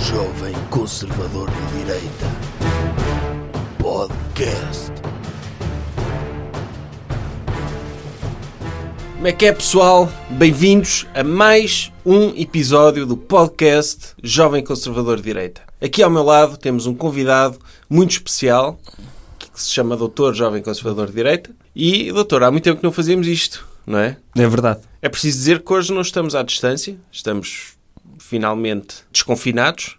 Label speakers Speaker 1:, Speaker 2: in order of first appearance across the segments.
Speaker 1: Jovem Conservador de Direita. Podcast.
Speaker 2: Como é que é, pessoal? Bem-vindos a mais um episódio do podcast Jovem Conservador de Direita. Aqui ao meu lado temos um convidado muito especial que se chama Doutor Jovem Conservador de Direita. E, Doutor, há muito tempo que não fazíamos isto, não é?
Speaker 3: É verdade.
Speaker 2: É preciso dizer que hoje não estamos à distância, estamos finalmente desconfinados.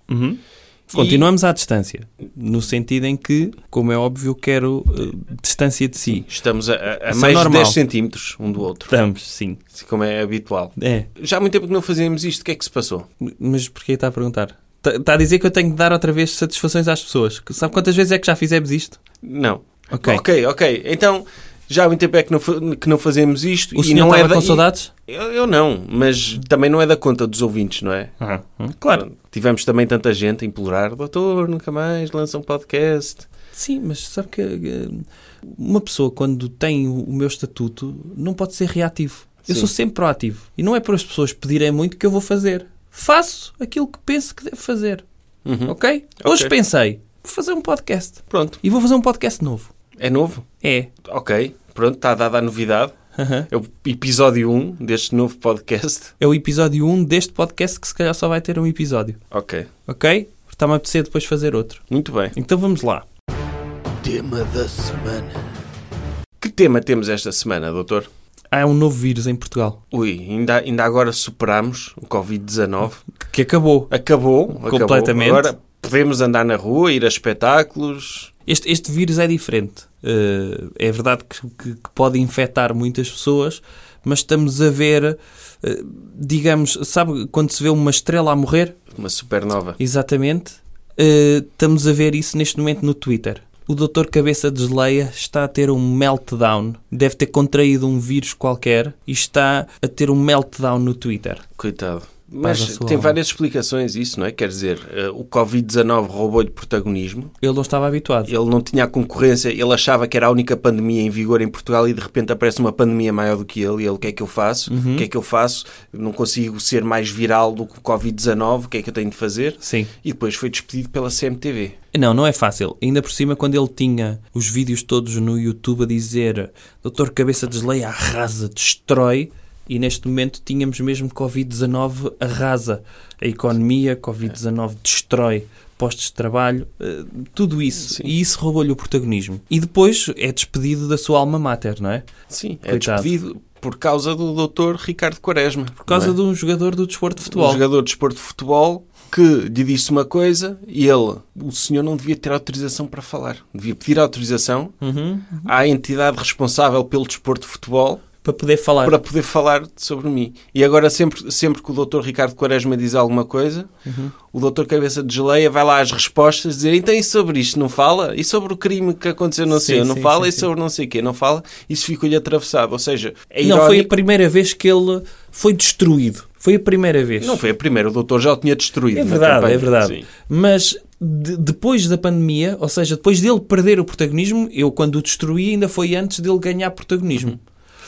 Speaker 3: Continuamos à distância, no sentido em que, como é óbvio, quero eh, distância de si.
Speaker 2: Estamos a, a- a
Speaker 3: Isso é
Speaker 2: mais de
Speaker 3: normal.
Speaker 2: 10 centímetros um do outro,
Speaker 3: Estamos, sim.
Speaker 2: assim como é habitual.
Speaker 3: É.
Speaker 2: Já há muito tempo que não fazíamos isto, o que é que se passou?
Speaker 3: Mas porquê está a perguntar? Está a dizer que eu tenho de dar outra vez satisfações às pessoas. Que Sabe quantas vezes é que já fizemos isto?
Speaker 2: Não.
Speaker 3: Ok.
Speaker 2: Ok, ok. Então, já há muito tempo é que não, fa- que não fazemos isto.
Speaker 3: O
Speaker 2: e
Speaker 3: senhor
Speaker 2: não é
Speaker 3: estava
Speaker 2: da-
Speaker 3: com
Speaker 2: e-
Speaker 3: saudades?
Speaker 2: Eu, eu não, mas também não é da conta dos ouvintes, não é?
Speaker 3: Ah, claro.
Speaker 2: Tivemos também tanta gente a implorar, doutor, nunca mais lança um podcast.
Speaker 3: Sim, mas sabe que eh, uma pessoa, quando tem o o meu estatuto, não pode ser reativo. Eu
Speaker 2: Sim.
Speaker 3: sou sempre proativo. E não é para as pessoas pedirem muito que eu vou fazer. Faço aquilo que penso que devo fazer.
Speaker 2: Uhum.
Speaker 3: Ok? Hoje pensei, vou fazer um podcast.
Speaker 2: Pronto,
Speaker 3: E vou fazer um podcast novo.
Speaker 2: é novo?
Speaker 3: É.
Speaker 2: Ok, pronto, está dada a novidade.
Speaker 3: Aham.
Speaker 2: É o episódio 1 deste novo podcast.
Speaker 3: É o episódio 1 deste podcast que se calhar só vai ter um episódio.
Speaker 2: Ok,
Speaker 3: Ok? Está-me a apetecer depois fazer outro.
Speaker 2: muito bem.
Speaker 3: Então vamos lá.
Speaker 1: Tema da semana.
Speaker 2: Que tema temos esta semana, doutor?
Speaker 3: Há um novo vírus em Portugal.
Speaker 2: Ui, ainda, ainda agora superamos o Covid-19.
Speaker 3: Que acabou.
Speaker 2: Acabou, acabou.
Speaker 3: Completamente.
Speaker 2: Agora podemos andar na rua, ir a espetáculos.
Speaker 3: Este, este vírus é diferente. Eh, é verdade que, que- que pode infectar muitas pessoas, mas estamos a ver, eh, digamos, sabe quando se vê uma estrela a morrer?
Speaker 2: Uma supernova.
Speaker 3: Exatamente. Eh, estamos a ver isso neste momento no Twitter. O Dr. Cabeça de Geleia está a ter um meltdown. Deve ter contraído um vírus qualquer e está a ter um meltdown no Twitter.
Speaker 2: Coitado. Mas
Speaker 3: a sua
Speaker 2: tem
Speaker 3: alma.
Speaker 2: várias explicações isso, não é? Quer dizer, eh, o Covid-19 roubou-lhe protagonismo.
Speaker 3: Ele não estava habituado.
Speaker 2: Ele não tinha a concorrência, ele achava que era a única pandemia em vigor em Portugal e de repente aparece uma pandemia maior do que ele. E ele, o que é que eu faço?
Speaker 3: Uhum.
Speaker 2: O que é que eu faço? Eu Não consigo ser mais viral do que o Covid-19, o que é que eu tenho de fazer?
Speaker 3: Sim.
Speaker 2: E depois foi despedido pela CMTV.
Speaker 3: Não, não é fácil. Ainda por cima, quando ele tinha os vídeos todos no YouTube a dizer Dr. Cabeça de Geleia arrasa, destrói. E neste momento tínhamos mesmo Covid-19 arrasa a economia, Covid-19 destrói postos de trabalho, eh, tudo isso. E isso roubou-lhe o protagonismo. E depois é despedido da sua alma mater, não é?
Speaker 2: Sim, é
Speaker 3: Coitado.
Speaker 2: despedido por causa do doutor Ricardo Quaresma. é?
Speaker 3: Por causa de um jogador do desporto de futebol.
Speaker 2: um jogador de esporte de futebol que lhe disse uma coisa e ele, o senhor não devia ter autorização para falar. Devia pedir autorização
Speaker 3: Uhum.
Speaker 2: à entidade responsável pelo desporto de futebol
Speaker 3: Para poder falar.
Speaker 2: para poder falar sobre mim. E agora, sempre, sempre que o doutor Ricardo Quaresma diz alguma coisa,
Speaker 3: Uhum.
Speaker 2: o doutor Cabeça de Geleia vai lá às respostas dizer então e sobre isto não fala? E sobre o crime que aconteceu não sei
Speaker 3: Sim,
Speaker 2: eu não
Speaker 3: sim,
Speaker 2: fala?
Speaker 3: sim,
Speaker 2: e
Speaker 3: sim.
Speaker 2: sobre não sei o quê não fala? Isso ficou-lhe atravessado. Ou seja, é
Speaker 3: Não foi a
Speaker 2: irónico-
Speaker 3: primeira vez que ele foi destruído. Foi a primeira vez.
Speaker 2: Não foi a primeira, o doutor já o tinha destruído.
Speaker 3: É
Speaker 2: na
Speaker 3: verdade,
Speaker 2: campanha.
Speaker 3: é verdade.
Speaker 2: Sim.
Speaker 3: Mas de- depois da pandemia, ou seja, depois dele perder o protagonismo, eu quando o destruí ainda foi antes dele ganhar protagonismo.
Speaker 2: Uhum.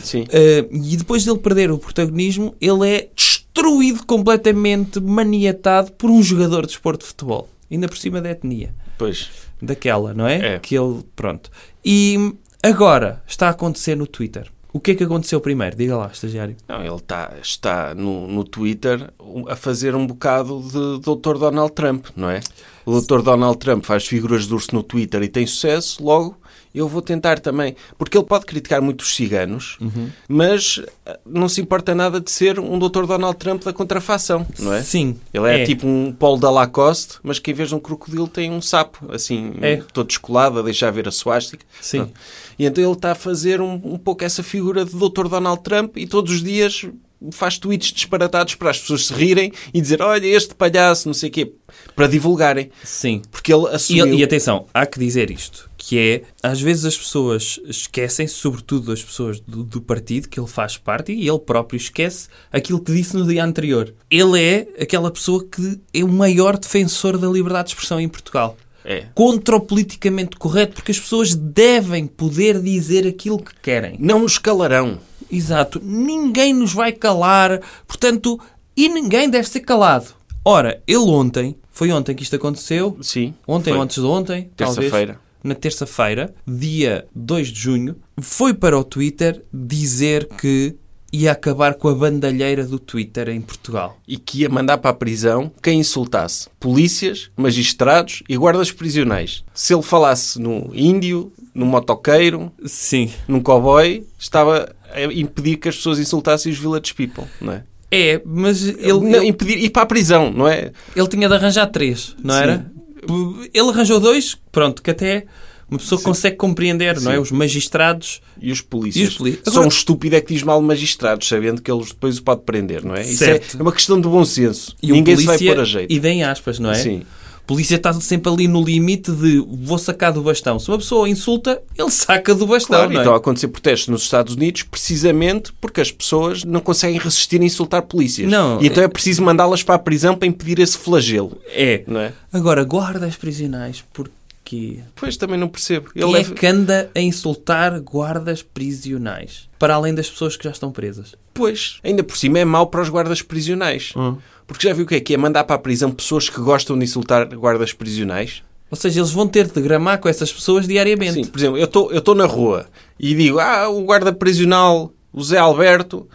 Speaker 2: Sim.
Speaker 3: Ah, e depois dele perder o protagonismo, ele é destruído completamente, maniatado por um jogador de esporte de futebol. Ainda por cima da etnia.
Speaker 2: Pois.
Speaker 3: Daquela, não é?
Speaker 2: É.
Speaker 3: Que ele, pronto. E agora está a acontecer no Twitter. O que é que aconteceu primeiro? Diga lá, estagiário.
Speaker 2: Não, ele tá, está no, no Twitter um, a fazer um bocado de Dr. Donald Trump, não é? O Dr. Donald Trump faz figuras de urso no Twitter e tem sucesso, logo eu vou tentar também. Porque ele pode criticar muito os ciganos,
Speaker 3: Uhum.
Speaker 2: mas ah, não se importa nada de ser um Dr. Donald Trump da contrafação, não é?
Speaker 3: Sim.
Speaker 2: Ele é, tipo um Paulo da Lacoste, mas que em vez de um crocodilo tem um sapo, assim,
Speaker 3: É.
Speaker 2: todo descolado, a deixar ver a suástica.
Speaker 3: Sim.
Speaker 2: Pronto. E então ele está a fazer um, um pouco essa figura de Dr. Donald Trump e todos os dias faz tweets disparatados para as pessoas se rirem e dizer, olha, este palhaço, não sei o quê, para divulgarem.
Speaker 3: Sim.
Speaker 2: Porque ele
Speaker 3: E,
Speaker 2: assumiu...
Speaker 3: e atenção, há que dizer isto, que é, às vezes as pessoas esquecem, sobretudo as pessoas do, do partido que ele faz parte, e ele próprio esquece aquilo que disse no dia anterior. Ele é aquela pessoa que é o maior defensor da liberdade de expressão em Portugal.
Speaker 2: É.
Speaker 3: Contra o politicamente correto, porque as pessoas devem poder dizer aquilo que querem.
Speaker 2: Não nos calarão.
Speaker 3: Exato. Ninguém nos vai calar, portanto, e ninguém deve ser calado. Ora, ele ontem Foi ontem que isto aconteceu.
Speaker 2: Sim.
Speaker 3: Ontem,
Speaker 2: foi.
Speaker 3: ou antes de ontem, talvez.
Speaker 2: Terça-feira.
Speaker 3: Na terça-feira, dia 2 de junho, foi para o Twitter dizer que ia acabar com a bandalheira do Twitter em Portugal.
Speaker 2: E que ia mandar para a prisão quem insultasse polícias, magistrados e guardas prisionais. Se ele falasse no índio, no motoqueiro,
Speaker 3: Sim.
Speaker 2: num cowboy, estava a impedir que as pessoas insultassem os village people, não é?
Speaker 3: É, mas
Speaker 2: Ele,
Speaker 3: ele,
Speaker 2: não,
Speaker 3: ele,
Speaker 2: impedir ir para a prisão, não é?
Speaker 3: ele tinha de arranjar três, não
Speaker 2: Sim.
Speaker 3: era? P- Ele arranjou dois, pronto, que até uma pessoa consegue compreender, não é? Os magistrados.
Speaker 2: E os polícias?
Speaker 3: E os poli-
Speaker 2: São
Speaker 3: Agora-
Speaker 2: um estúpido é que diz mal de magistrados, sabendo que eles depois o podem prender, não é? Isso
Speaker 3: Certo.
Speaker 2: é- é uma questão de bom senso.
Speaker 3: E o
Speaker 2: Ninguém se vai
Speaker 3: polícia-
Speaker 2: pôr a jeito.
Speaker 3: E deem aspas, não é?
Speaker 2: Sim.
Speaker 3: polícia está sempre ali no limite de vou sacar do bastão. Se uma pessoa insulta, ele saca do bastão.
Speaker 2: Claro, então, e
Speaker 3: não é?
Speaker 2: estão a acontecer protestos nos Estados Unidos precisamente porque as pessoas não conseguem resistir a insultar polícias.
Speaker 3: Não,
Speaker 2: e então
Speaker 3: é-
Speaker 2: é preciso mandá-las para a prisão para impedir esse flagelo,
Speaker 3: É.
Speaker 2: não é?
Speaker 3: Agora, guardas prisionais, porquê?
Speaker 2: Pois, também não percebo.
Speaker 3: Quem
Speaker 2: Ele
Speaker 3: é que anda a insultar guardas prisionais? Para além das pessoas que já estão presas.
Speaker 2: Pois, ainda por cima é mau para os guardas prisionais.
Speaker 3: Hum.
Speaker 2: Porque já viu o que é que é mandar para a prisão pessoas que gostam de insultar guardas prisionais?
Speaker 3: Ou seja, eles vão ter de gramar com essas pessoas diariamente.
Speaker 2: Sim, por exemplo, eu estou eu tô na rua e digo, ah, o guarda prisional, o Zé Alberto,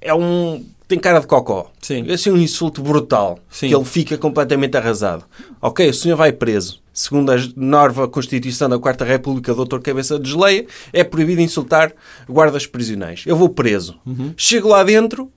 Speaker 2: é um... tem cara de cocó.
Speaker 3: Uhum. Sim.
Speaker 2: Esse é um insulto brutal,
Speaker 3: Sim.
Speaker 2: que ele fica completamente arrasado. Ok, o senhor vai preso. Segundo a nova Constituição da Quarta República, doutor Cabeça de Geleia, é proibido insultar guardas prisionais. Eu vou preso.
Speaker 3: Uhum.
Speaker 2: Chego lá dentro...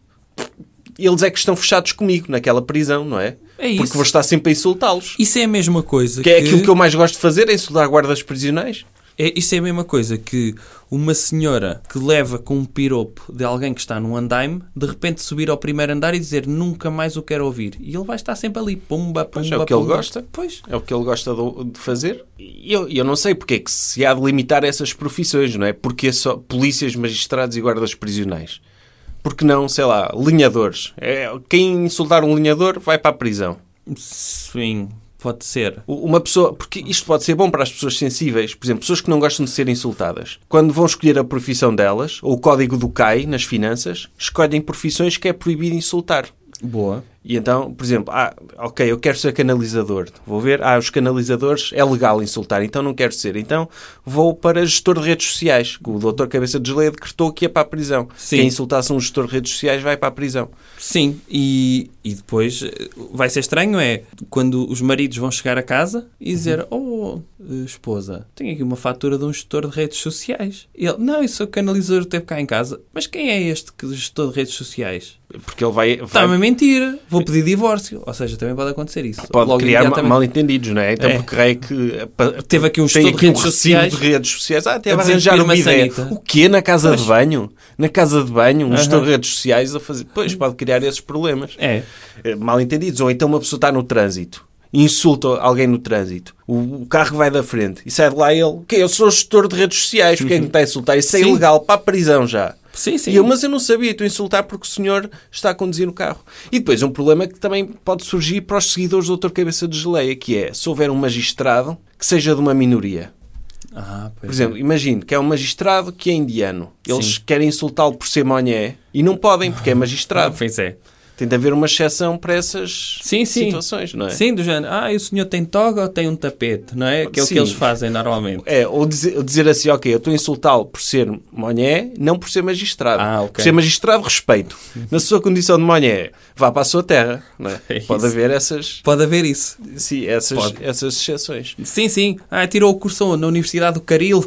Speaker 2: Eles é que estão fechados comigo naquela prisão, não é?
Speaker 3: É isso.
Speaker 2: Porque vou estar sempre a insultá-los.
Speaker 3: Isso é a mesma coisa
Speaker 2: Que é aquilo que eu mais gosto de fazer, é insultar guardas prisionais.
Speaker 3: É, isso é a mesma coisa que uma senhora que leva com um piropo de alguém que está num andaime, de repente subir ao primeiro andar e dizer nunca mais o quero ouvir. E ele vai estar sempre ali, pumba, pumba,
Speaker 2: Pois, é o que ele
Speaker 3: pumba.
Speaker 2: gosta.
Speaker 3: Pois.
Speaker 2: É o que ele gosta do- de fazer. E eu, eu não sei porque é que se há de limitar essas profissões, não é? Porque é só polícias, magistrados e guardas prisionais. Porque não, sei lá, linhadores. É, quem insultar um linhador vai para a prisão.
Speaker 3: Sim, pode ser.
Speaker 2: U- Uma pessoa, porque isto pode ser bom para as pessoas sensíveis, por exemplo, pessoas que não gostam de ser insultadas. Quando vão escolher a profissão delas, ou o código do CAI nas finanças, escolhem profissões que é proibido insultar.
Speaker 3: Boa.
Speaker 2: E então, por exemplo, ah, ok, eu quero ser canalizador. Vou ver, ah, os canalizadores é legal insultar, então não quero ser. Então vou para gestor de redes sociais, que o doutor Cabeça de Geleia decretou que ia para a prisão.
Speaker 3: Sim.
Speaker 2: Quem insultasse um gestor de redes sociais vai para a prisão.
Speaker 3: Sim, e, e depois eh, vai ser estranho é quando os maridos vão chegar a casa e dizer
Speaker 2: Uhum.
Speaker 3: Oh, eh, esposa, tenho aqui uma fatura de um gestor de redes sociais. E ele, não, isso é o canalizador que teve cá em casa. Mas quem é este que gestor de redes sociais?
Speaker 2: Porque ele vai, vai-
Speaker 3: Está-me a mentir. Vou pedir divórcio. Ou seja, também pode acontecer isso.
Speaker 2: pode
Speaker 3: Logo
Speaker 2: criar ma-
Speaker 3: imediatamente.
Speaker 2: mal-entendidos, não é? Então
Speaker 3: É.
Speaker 2: porque é que eh, pa-
Speaker 3: Teve aqui um
Speaker 2: tem
Speaker 3: gestor de
Speaker 2: aqui
Speaker 3: redes
Speaker 2: um recibo
Speaker 3: sociais.
Speaker 2: de redes sociais. Ah, teve
Speaker 3: A
Speaker 2: a arranjar
Speaker 3: desentuir
Speaker 2: uma
Speaker 3: uma
Speaker 2: ideia.
Speaker 3: sanita.
Speaker 2: O quê? Na casa
Speaker 3: Pois.
Speaker 2: de banho? Na casa de banho, um gestor
Speaker 3: Aham.
Speaker 2: de redes sociais a fazer. Pois, pode criar esses problemas.
Speaker 3: É.
Speaker 2: Eh, mal entendidos. Ou então uma pessoa está no trânsito, insulta alguém no trânsito, o, o carro vai da frente e sai de lá ele, que eu sou gestor de redes sociais, porque é que me está a insultar? Isso é
Speaker 3: Sim.
Speaker 2: ilegal, para a prisão já.
Speaker 3: Sim, sim.
Speaker 2: E eu, mas eu não sabia, estou a insultar porque o senhor está a conduzir o carro. E depois um problema que também pode surgir para os seguidores do Dr. Cabeça de Geleia, que é, se houver um magistrado que seja de uma minoria.
Speaker 3: Ah, pois.
Speaker 2: Por exemplo, imagino que é um magistrado que é indiano. Eles querem insultá-lo por ser monhé e não podem porque é magistrado.
Speaker 3: Pois é.
Speaker 2: Tem de haver uma exceção para essas
Speaker 3: Sim, sim.
Speaker 2: situações, não é?
Speaker 3: Sim, do género. Ah, e o senhor tem toga ou tem um tapete? Não é? Que é o que
Speaker 2: Sim.
Speaker 3: eles fazem normalmente.
Speaker 2: É, ou dizer, ou dizer assim, ok, eu estou a insultá-lo por ser monhé, não por ser magistrado.
Speaker 3: Ah, ok.
Speaker 2: Por ser magistrado, respeito. Na sua condição de monhé, vá para a sua terra. Não é?
Speaker 3: É
Speaker 2: Pode
Speaker 3: isso.
Speaker 2: haver essas,
Speaker 3: Pode haver isso.
Speaker 2: sim, essas,
Speaker 3: Pode.
Speaker 2: essas exceções.
Speaker 3: Sim, sim. Ah, tirou o curso na Universidade do Caril.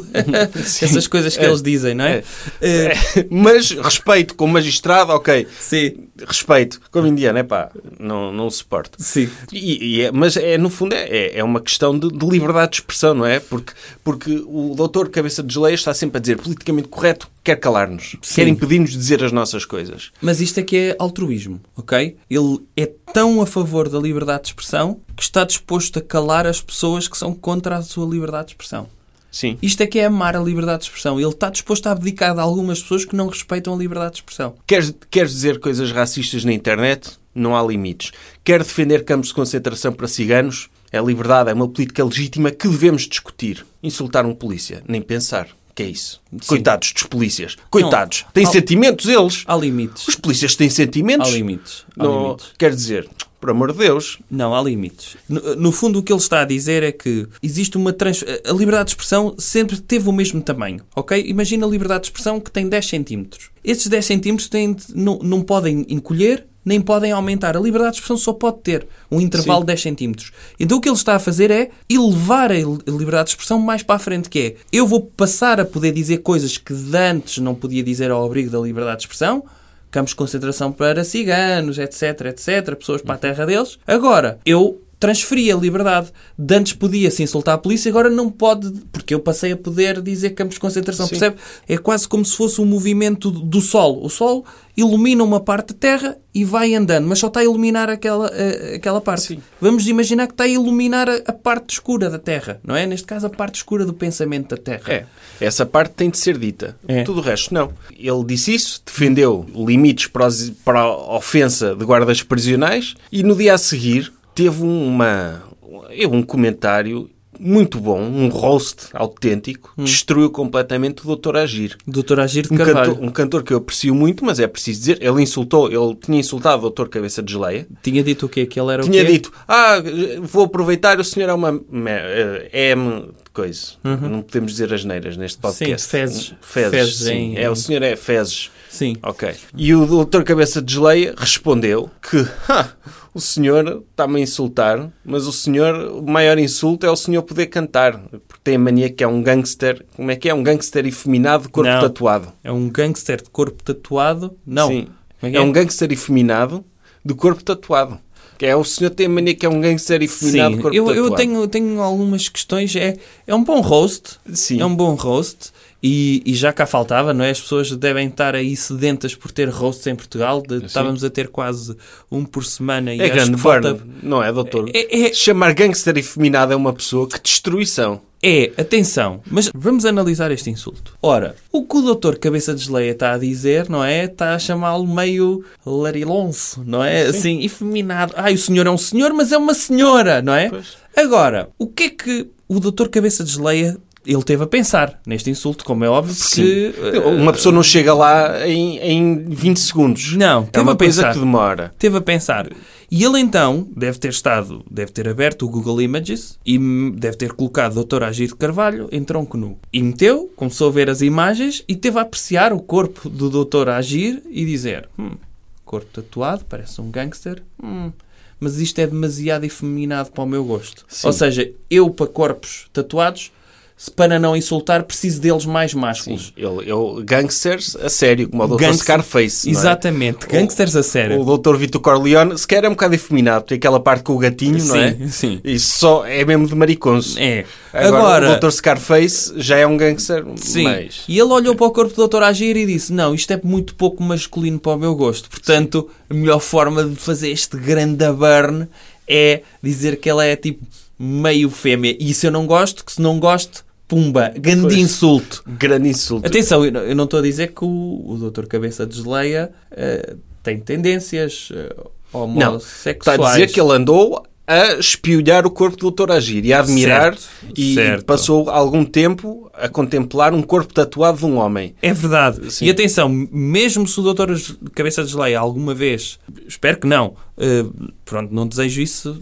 Speaker 3: Essas coisas que
Speaker 2: É.
Speaker 3: eles dizem, não é?
Speaker 2: É. Mas respeito como magistrado, ok.
Speaker 3: Sim.
Speaker 2: Respeito. Como indiano, é pá, não, não suporto.
Speaker 3: Sim.
Speaker 2: E- e é- mas é, no fundo é- é, é uma questão de, de liberdade de expressão, não é? Porque, porque o doutor Cabeça de Geleia está sempre a dizer politicamente correto quer calar-nos, quer impedir-nos de dizer as nossas coisas.
Speaker 3: Mas isto é que é altruísmo, ok? Ele é tão a favor da liberdade de expressão que está disposto a calar as pessoas que são contra a sua liberdade de expressão.
Speaker 2: Sim.
Speaker 3: Isto é que é amar a liberdade de expressão. Ele está disposto a abdicar de algumas pessoas que não respeitam a liberdade de expressão.
Speaker 2: Queres, queres dizer coisas racistas na internet? Não há limites. Quer defender campos de concentração para ciganos? É liberdade, é uma política legítima que devemos discutir. Insultar um polícia? Nem pensar. que é isso? Coitados dos polícias. Coitados. Têm
Speaker 3: Há-
Speaker 2: sentimentos eles.
Speaker 3: Há limites.
Speaker 2: Os polícias têm sentimentos.
Speaker 3: Há limites. Há
Speaker 2: Não,
Speaker 3: limites.
Speaker 2: Quer dizer, por amor de Deus,
Speaker 3: Não, há limites. No, no fundo, o que ele está a dizer é que existe uma trans... A liberdade de expressão sempre teve o mesmo tamanho, ok? Imagina a liberdade de expressão que tem 10 centímetros. Esses 10 centímetros têm de- não, não podem encolher nem podem aumentar. A liberdade de expressão só pode ter um intervalo de 10 centímetros. Então o que ele está a fazer é elevar a il- a liberdade de expressão mais para a frente, que é eu vou passar a poder dizer coisas que de antes não podia dizer ao abrigo da liberdade de expressão, campos de concentração para ciganos, etc, etc, pessoas para a terra deles. Agora, eu transferi a liberdade. De antes podia se insultar a polícia, agora não pode, porque eu passei a poder dizer campos de concentração, percebe? É quase como se fosse um movimento do sol. O sol ilumina uma parte da terra e vai andando, mas só está a iluminar aquela, eh, aquela parte. Vamos imaginar que está a iluminar a, a parte escura da terra, não é? Neste caso, a parte escura do pensamento da terra.
Speaker 2: É. Essa parte tem de ser dita.
Speaker 3: É.
Speaker 2: Tudo o resto, não. Ele disse isso, defendeu limites para, os- para a ofensa de guardas prisionais e no dia a seguir teve uma, um comentário muito bom, um roast autêntico,
Speaker 3: Hum.
Speaker 2: destruiu completamente o Dr. Agir.
Speaker 3: Doutor Agir de
Speaker 2: Um
Speaker 3: Carvalho.
Speaker 2: cantor, um cantor que eu aprecio muito, mas é preciso dizer, ele insultou, ele tinha insultado o Dr. Cabeça de Geleia,
Speaker 3: Tinha dito o quê? Que ele era o
Speaker 2: tinha
Speaker 3: quê?
Speaker 2: dito, ah, vou aproveitar, o senhor é uma me- eh, M coisa. Não podemos dizer as neiras neste podcast.
Speaker 3: Uhum. Sim, fezes.
Speaker 2: Fezes,
Speaker 3: Fezes
Speaker 2: sim.
Speaker 3: em-
Speaker 2: É, o senhor é fezes.
Speaker 3: Sim.
Speaker 2: Ok. E o doutor Cabeça de Geleia respondeu que "Ha, o senhor está-me a insultar, mas o senhor, o maior insulto é o senhor poder cantar, porque tem a mania que é um gangster, como é que é? Um gangster efeminado de corpo
Speaker 3: Não.
Speaker 2: tatuado.
Speaker 3: É um gangster de corpo tatuado? Não.
Speaker 2: Sim.
Speaker 3: Como
Speaker 2: É um gangster efeminado de corpo tatuado. Que é o senhor tem a mania que é um gangster efeminado
Speaker 3: Sim,
Speaker 2: de corpo
Speaker 3: eu,
Speaker 2: tatuado.
Speaker 3: eu tenho, tenho algumas questões. É, é um bom host.
Speaker 2: Sim.
Speaker 3: É um bom host. E, e já cá faltava, não é? As pessoas devem estar aí sedentas por ter hosts em Portugal. De- estávamos a ter quase um por semana. E
Speaker 2: É
Speaker 3: acho
Speaker 2: grande
Speaker 3: que falta-
Speaker 2: burn, não é, doutor?
Speaker 3: É- é-
Speaker 2: Chamar gangster efeminado é uma pessoa, que destruição.
Speaker 3: É, atenção, mas vamos analisar este insulto. Ora, o que o doutor Cabeça de Geleia está a dizer, não é? Está a chamá-lo meio larilonfo, não é? Assim, efeminado. Ai, o senhor é um senhor, mas é uma senhora, não é? Agora, o que é que o doutor Cabeça de Geleia, ele teve a pensar neste insulto, como é óbvio que... eh,
Speaker 2: Uma pessoa não chega lá em, em 20 segundos.
Speaker 3: Não,
Speaker 2: é
Speaker 3: teve
Speaker 2: uma
Speaker 3: a
Speaker 2: coisa
Speaker 3: pensar.
Speaker 2: que demora.
Speaker 3: Teve a pensar. E ele então deve ter estado, deve ter aberto o Google Images e m- deve ter colocado Dr. Agir de Carvalho em tronco nu. E meteu, começou a ver as imagens e teve a apreciar o corpo do Dr. Agir e dizer: hum, corpo tatuado, parece um gangster, hum, mas isto é demasiado efeminado para o meu gosto. Ou seja, eu para corpos tatuados, se para não insultar, preciso deles mais másculos.
Speaker 2: Ele, ele- gangsters a sério, como o doutor
Speaker 3: Gangster-
Speaker 2: Scarface. não é?
Speaker 3: Exatamente, gangsters a sério.
Speaker 2: O doutor Vitor Corleone sequer é um bocado efeminado, tem aquela parte com o gatinho, não é?
Speaker 3: Sim, sim.
Speaker 2: Isso só é mesmo de mariconso.
Speaker 3: É.
Speaker 2: Agora,
Speaker 3: Agora,
Speaker 2: o doutor Scarface já é um gangster,
Speaker 3: Sim.
Speaker 2: mas...
Speaker 3: E ele olhou para o corpo do Dr. Agir e disse: Não, isto é muito pouco masculino para o meu gosto. Portanto, a melhor forma de fazer este grande burn é dizer que ela é tipo meio fêmea. E isso eu não gosto, que se não gosto, pumba, grande
Speaker 2: Pois.
Speaker 3: insulto.
Speaker 2: Grande insulto.
Speaker 3: Atenção, eu não- eu não estou a dizer que o, o Dr. Cabeça de Geleia eh, tem tendências eh,
Speaker 2: Está
Speaker 3: homossexuais.
Speaker 2: a dizer que ele andou a espiolhar o corpo do Dr. Agir e a admirar
Speaker 3: Certo,
Speaker 2: e
Speaker 3: certo.
Speaker 2: passou algum tempo a contemplar um corpo tatuado de um homem.
Speaker 3: É verdade.
Speaker 2: Sim.
Speaker 3: E atenção, mesmo se o doutor As- Cabeça de Geleia alguma vez, espero que não, eh, pronto, não desejo isso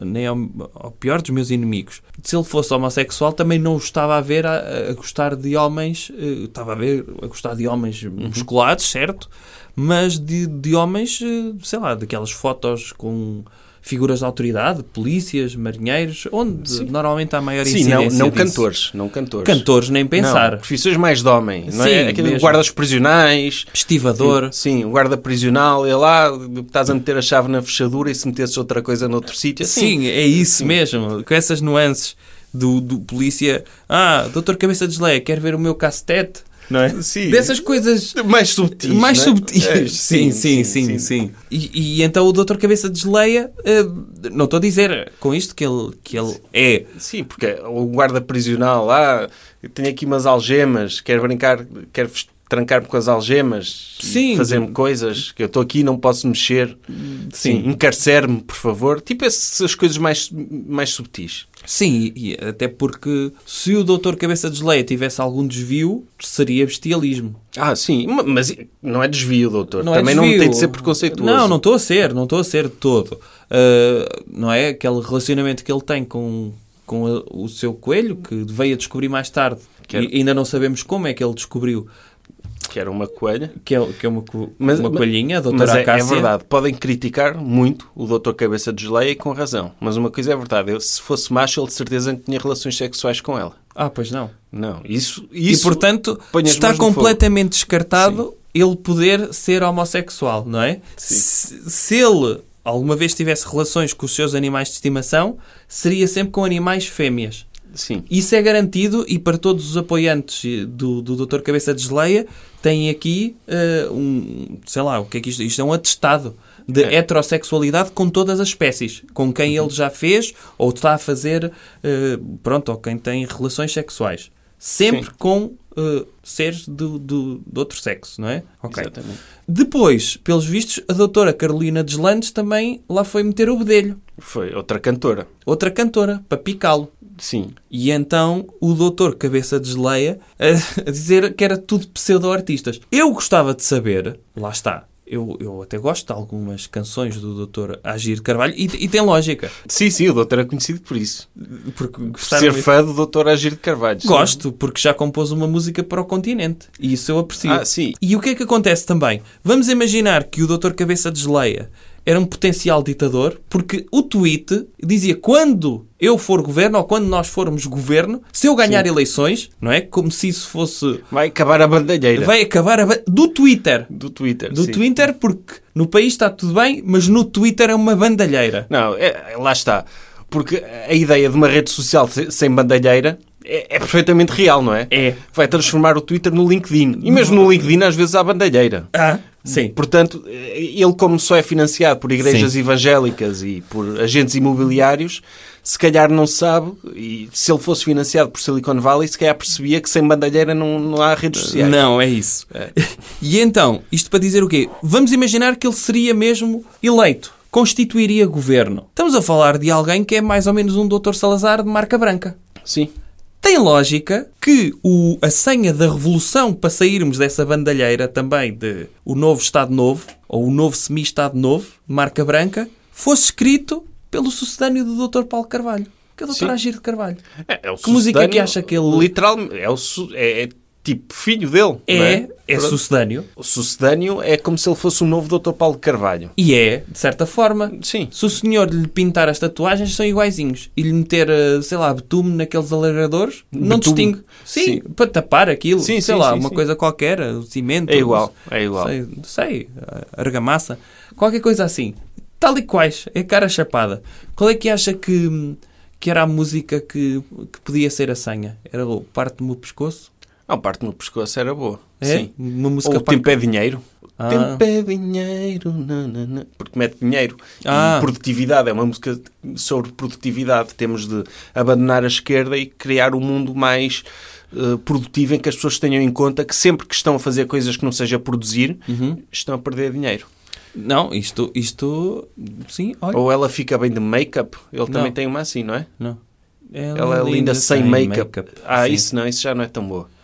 Speaker 3: nem ao, ao pior dos meus inimigos. Se ele fosse homossexual, também não o estava a ver a, a gostar de homens, eh, estava a ver a gostar de homens
Speaker 2: Uhum.
Speaker 3: musculados, certo? Mas de, de homens, eh, sei lá, daquelas fotos com figuras de autoridade, polícias, marinheiros, onde normalmente há maior
Speaker 2: Sim, não,
Speaker 3: incidência
Speaker 2: não
Speaker 3: disso.
Speaker 2: cantores, não cantores.
Speaker 3: Cantores, nem pensar.
Speaker 2: Não, profissões mais de homem, não
Speaker 3: Sim,
Speaker 2: é? Aquele
Speaker 3: mesmo.
Speaker 2: guardas prisionais.
Speaker 3: Estivador.
Speaker 2: Sim, o guarda prisional, é lá, estás a meter a chave na fechadura e se metesses outra coisa noutro sítio. assim.
Speaker 3: Sim, é isso mesmo. Com essas nuances do, do polícia. Ah, doutor Cabeça de Geleia, quer ver o meu castete?
Speaker 2: não é? Sim.
Speaker 3: Dessas coisas
Speaker 2: mais subtis.
Speaker 3: mais
Speaker 2: não é?
Speaker 3: subtis.
Speaker 2: É,
Speaker 3: sim, sim, sim, sim. E, e então o doutor Cabeça de Geleia, eh, não estou a dizer com isto que ele, que ele é.
Speaker 2: Sim, ah, porque o guarda prisional lá tem aqui umas algemas, quer brincar, quer ves- trancar-me com as algemas,
Speaker 3: Sim.
Speaker 2: e fazer-me coisas, que eu estou aqui e não posso mexer, sim, encarcer-me, por favor. Tipo essas coisas mais, mais subtis.
Speaker 3: Sim, e e até porque se o Doutor Cabeça de Geleia tivesse algum desvio, seria bestialismo.
Speaker 2: Ah, sim, ma- mas não é desvio, doutor.
Speaker 3: Não é
Speaker 2: Também não
Speaker 3: desvio.
Speaker 2: tem de ser preconceituoso.
Speaker 3: Não, não estou a ser, não estou a ser de todo. Ah, não é aquele relacionamento que ele tem com, com a- o seu coelho, que veio a descobrir mais tarde.
Speaker 2: Que era-
Speaker 3: E ainda não sabemos como é que ele descobriu
Speaker 2: Que era uma coelha.
Speaker 3: que é, que é uma, co-
Speaker 2: Mas-
Speaker 3: uma
Speaker 2: mas-
Speaker 3: coelhinha, a
Speaker 2: Mas
Speaker 3: doutora
Speaker 2: é, é
Speaker 3: Acácia.
Speaker 2: verdade, podem criticar muito o doutor Cabeça de Geleia e com razão. Mas uma coisa é verdade, eu, se fosse macho, ele de certeza que tinha relações sexuais com ela.
Speaker 3: Ah, pois não.
Speaker 2: Não, isso... isso
Speaker 3: e, portanto,
Speaker 2: ponha as
Speaker 3: está
Speaker 2: mãos no fogo.
Speaker 3: completamente descartado ele poder ser homossexual, não é? Se, se ele alguma vez tivesse relações com os seus animais de estimação, seria sempre com animais fêmeas.
Speaker 2: Sim.
Speaker 3: Isso é garantido e para todos os apoiantes eh, do, do Dr. Cabeça de Geleia têm aqui eh, um, sei lá, o que é que isto, isto é um atestado de
Speaker 2: É. Uhum.
Speaker 3: heterossexualidade com todas as espécies, com quem ele já fez ou está a fazer, eh, pronto, ou quem tem relações sexuais. Sempre
Speaker 2: Sim.
Speaker 3: com eh, seres do, do, do outro sexo, não é? Ok.
Speaker 2: Exatamente.
Speaker 3: Depois, pelos vistos, a doutora Carolina Deslandes também lá foi meter o bedelho.
Speaker 2: Foi outra cantora.
Speaker 3: Outra cantora, para picá-lo.
Speaker 2: Sim.
Speaker 3: E então o doutor Cabeça de Geleia a, a dizer que era tudo pseudo-artistas. Eu gostava de saber, lá está, eu, eu até gosto de algumas canções do doutor Agir Carvalho e, e tem lógica.
Speaker 2: Sim, sim, o doutor é conhecido por isso.
Speaker 3: Porque
Speaker 2: Por
Speaker 3: gostar
Speaker 2: ser
Speaker 3: muito-
Speaker 2: fã do doutor Agir de Carvalho. sim.
Speaker 3: Gosto, porque já compôs uma música para o continente. E isso eu aprecio.
Speaker 2: Ah, sim.
Speaker 3: E o que é que acontece também? Vamos imaginar que o Dr. Cabeça de Geleia era um potencial ditador, porque o tweet dizia quando eu for governo ou quando nós formos governo, se eu ganhar eleições, não é? Como se isso fosse.
Speaker 2: Vai acabar a bandalheira
Speaker 3: Vai acabar a... ba- do Twitter.
Speaker 2: do Twitter.
Speaker 3: Do
Speaker 2: sim.
Speaker 3: Twitter, porque no país está tudo bem, mas no Twitter é uma bandalheira.
Speaker 2: Não, é- é- lá está. Porque a ideia de uma rede social se- sem bandalheira é, é perfeitamente real, não é?
Speaker 3: É.
Speaker 2: Vai transformar o Twitter no LinkedIn. E mesmo no LinkedIn, às vezes, há bandalheira.
Speaker 3: Ah, sim.
Speaker 2: Portanto, eh, ele, como só é financiado por igrejas evangélicas e por agentes imobiliários, se calhar não sabe, e se ele fosse financiado por Silicon Valley, se calhar percebia que sem bandalheira não, não há redes sociais.
Speaker 3: Não, é isso. E então, isto para dizer o quê? Vamos imaginar que ele seria mesmo eleito. Constituiria governo. Estamos a falar de alguém que é mais ou menos um Dr. Salazar de marca branca.
Speaker 2: Sim.
Speaker 3: Tem lógica que o, a senha da revolução para sairmos dessa bandalheira também de o novo Estado Novo, ou o novo semi-Estado Novo, de marca branca, fosse escrito pelo sucedâneo do Dr. Paulo Carvalho, que é o Dr.
Speaker 2: Sim.
Speaker 3: Agir de Carvalho.
Speaker 2: É, é o
Speaker 3: Que música
Speaker 2: sucedâneo,
Speaker 3: que acha que ele-
Speaker 2: Literalmente, é, o su- é, é tipo filho dele. não
Speaker 3: É, é,
Speaker 2: Pronto.
Speaker 3: sucedâneo
Speaker 2: O sucedâneo é como se ele fosse o novo Dr. Paulo Carvalho.
Speaker 3: e é, de certa forma,
Speaker 2: Sim.
Speaker 3: Se o senhor lhe pintar as tatuagens, são iguaizinhos. E lhe meter, eh, sei lá, betume naqueles alargadores, não
Speaker 2: Betume.
Speaker 3: distingue. Sim,
Speaker 2: Sim.
Speaker 3: para tapar aquilo,
Speaker 2: Sim,
Speaker 3: sei
Speaker 2: sim,
Speaker 3: lá,
Speaker 2: sim,
Speaker 3: uma
Speaker 2: sim.
Speaker 3: coisa qualquer, o cimento.
Speaker 2: É igual, é igual.
Speaker 3: Sei, sei, eh, argamassa, qualquer coisa assim. Tal e quais, é cara chapada. Qual é que acha que, que era a música que, que podia ser a senha? Era o Parte-me o Pescoço?
Speaker 2: Não, parte no pescoço era boa.
Speaker 3: É?
Speaker 2: Sim.
Speaker 3: Uma
Speaker 2: Ou
Speaker 3: música
Speaker 2: o tempo é dinheiro.
Speaker 3: Ah.
Speaker 2: Tempo é dinheiro, nanana, porque mete dinheiro.
Speaker 3: Ah.
Speaker 2: E produtividade, é uma música sobre produtividade. Temos de abandonar a esquerda e criar um mundo mais eh, produtivo em que as pessoas tenham em conta que sempre que estão a fazer coisas que não seja produzir,
Speaker 3: Uhum.
Speaker 2: estão a perder dinheiro.
Speaker 3: Não, isto, isto, sim, olha.
Speaker 2: Ou ela fica bem de make-up, ele também
Speaker 3: Não.
Speaker 2: tem uma assim, não é?
Speaker 3: Não.
Speaker 2: Ela é linda, sem make-up. ah,
Speaker 3: Sim.
Speaker 2: isso não, isso já não é tão boa.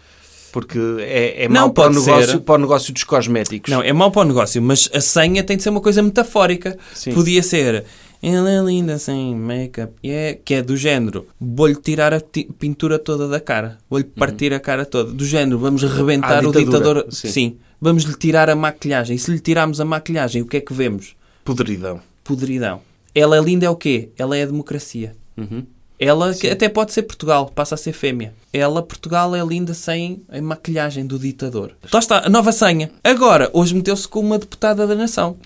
Speaker 2: Porque é, é
Speaker 3: Não,
Speaker 2: mau para o,
Speaker 3: pode ser.
Speaker 2: negócio, para o negócio dos cosméticos.
Speaker 3: Não, é mau para o negócio, mas a senha tem de ser uma coisa metafórica.
Speaker 2: Sim.
Speaker 3: Podia ser. Ela é linda sem make-up. e é Que é do género. Vou-lhe tirar a ti- pintura toda da cara. Vou-lhe partir a cara toda. Do género, vamos rebentar
Speaker 2: Ah,
Speaker 3: o
Speaker 2: Uhum. ditadura.
Speaker 3: ditador. Sim.
Speaker 2: Sim.
Speaker 3: Vamos lhe tirar a maquilhagem. E se lhe tirarmos a maquilhagem, o que é que vemos?
Speaker 2: Podridão.
Speaker 3: Podridão. Ela é linda é o quê? Ela é a democracia.
Speaker 2: Uhum.
Speaker 3: Ela que até pode ser Portugal, passa a ser fêmea. Ela, Portugal, é linda sem a maquilhagem do ditador. Lá está, a nova senha. Agora, hoje meteu-se com uma deputada da nação.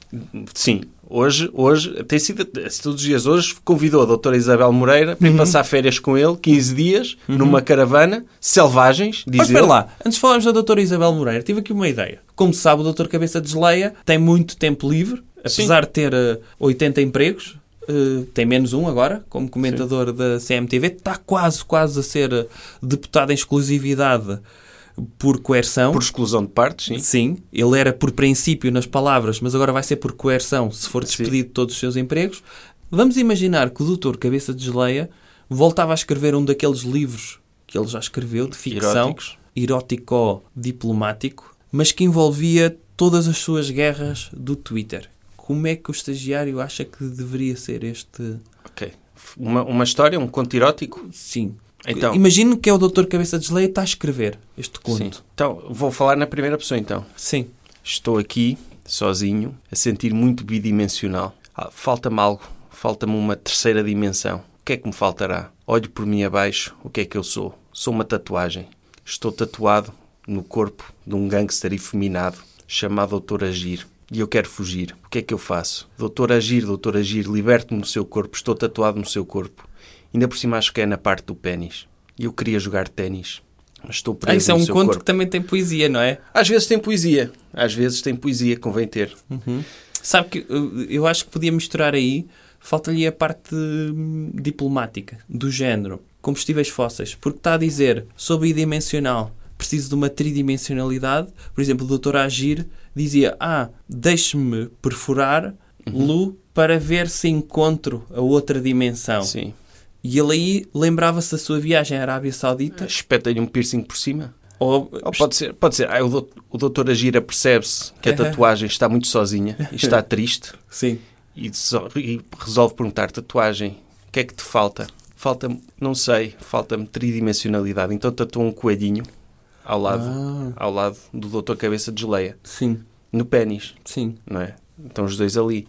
Speaker 2: Sim. Hoje, hoje, tem sido, todos os dias hoje, convidou a doutora Isabel Moreira para
Speaker 3: Uhum.
Speaker 2: ir passar férias com ele, 15 dias, numa caravana, selvagens, diz
Speaker 3: Mas espera
Speaker 2: ele.
Speaker 3: lá, antes de falarmos da doutora Isabel Moreira, tive aqui uma ideia. Como se sabe, o doutor Cabeça de Geleia tem muito tempo livre, apesar de ter eh, 80 empregos, eh, tem menos um agora, como comentador da CMTV, está quase, quase a ser eh, deputado em exclusividade por coerção.
Speaker 2: Por exclusão de partes, sim.
Speaker 3: Sim, ele era por princípio nas palavras, mas agora vai ser por coerção se for despedido de todos os seus empregos. Vamos imaginar que o doutor Cabeça de Geleia voltava a escrever um daqueles livros que ele já escreveu de ficção,
Speaker 2: Eróticos.
Speaker 3: erótico-diplomático, mas que envolvia todas as suas guerras do Twitter. Como é que o estagiário acha que deveria ser este?
Speaker 2: Ok. Uma, uma história, um conto erótico?
Speaker 3: Sim.
Speaker 2: Então.
Speaker 3: Imagino que é o doutor Cabeça de Geleia que está a escrever este
Speaker 2: Sim.
Speaker 3: conto.
Speaker 2: Então, vou falar na primeira pessoa, então.
Speaker 3: Sim.
Speaker 2: Estou aqui, sozinho, a sentir muito bidimensional. Ah, Falta-me algo, falta-me uma terceira dimensão. O que é que me faltará? Olho por mim abaixo, o que é que eu sou? Sou uma tatuagem. Estou tatuado no corpo de um gangster efeminado chamado Doutor Agir. E eu quero fugir. O que é que eu faço? Doutor Agir, Doutor Agir, liberte-me do seu corpo. Estou tatuado no seu corpo. Ainda por cima acho que é na parte do pénis. E eu queria jogar ténis. mas Estou preso
Speaker 3: Ah, isso é
Speaker 2: no
Speaker 3: um
Speaker 2: seu
Speaker 3: conto
Speaker 2: corpo.
Speaker 3: que também tem poesia, não é?
Speaker 2: Às vezes tem poesia. Às vezes tem poesia, convém ter.
Speaker 3: Sabe que uh, eu acho que podia misturar aí, falta-lhe a parte hum, diplomática, do género, combustíveis fósseis, porque está a dizer, sou bidimensional, preciso de uma tridimensionalidade. Por exemplo, o doutor Agir dizia, ah, deixe-me perfurar
Speaker 2: Uhum.
Speaker 3: Lu para ver se encontro a outra dimensão.
Speaker 2: Sim.
Speaker 3: E ele aí lembrava-se da sua viagem à Arábia Saudita,
Speaker 2: Espeta-lhe um piercing por cima.
Speaker 3: ou
Speaker 2: Ou pode ser, pode ser. Ah, o, dout- o doutor Agira percebe-se que a
Speaker 3: Aham.
Speaker 2: tatuagem está muito sozinha e está triste
Speaker 3: sim,
Speaker 2: e, só- e resolve perguntar: tatuagem, o que é que te falta? Falta-me, não sei, falta-me tridimensionalidade. Então tatua um coelhinho ao lado, ao lado do doutor Cabeça de Geleia,
Speaker 3: sim,
Speaker 2: no pênis.
Speaker 3: sim.
Speaker 2: não é? Estão os dois ali.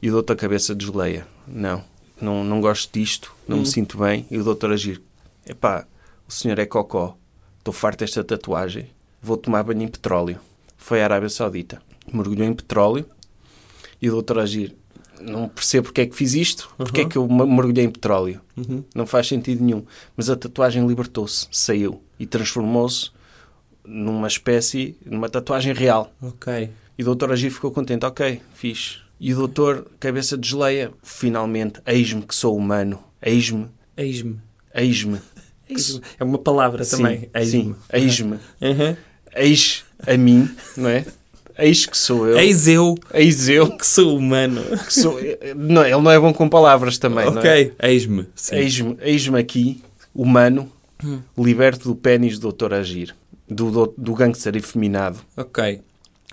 Speaker 2: E o doutor Cabeça desleia. Não, não, não gosto disto, não me sinto bem. E o doutor agir. Epá, o senhor é cocó. Estou farto desta tatuagem. Vou tomar banho em petróleo. Foi à Arábia Saudita. Mergulhou em petróleo. E o doutor agir. Não percebo porque é que fiz isto. Porque é que eu me- mergulhei em petróleo.
Speaker 3: Uhum.
Speaker 2: Não faz sentido nenhum. Mas a tatuagem libertou-se, saiu. E transformou-se numa espécie, numa tatuagem real.
Speaker 3: Ok.
Speaker 2: E o doutor Agir ficou contente. Ok, fixe. E o doutor, cabeça de geleia, finalmente, eis-me que sou humano. Eis-me,
Speaker 3: Eis-me.
Speaker 2: eis-me.
Speaker 3: Eis-me. É uma palavra também.
Speaker 2: sim,
Speaker 3: Eis-me.
Speaker 2: eis-me.
Speaker 3: Uhum.
Speaker 2: Eis a mim, não é? Eis que sou eu. Eis,
Speaker 3: Eis eu
Speaker 2: eu
Speaker 3: que sou humano.
Speaker 2: que sou... Não, ele não é bom com palavras também, não é?
Speaker 3: ok. Eis-me. Sim. Hum.
Speaker 2: Eis-me eis aqui, humano, liberto do pênis do doutor Agir. Do, do, do gangster efeminado.
Speaker 3: Ok.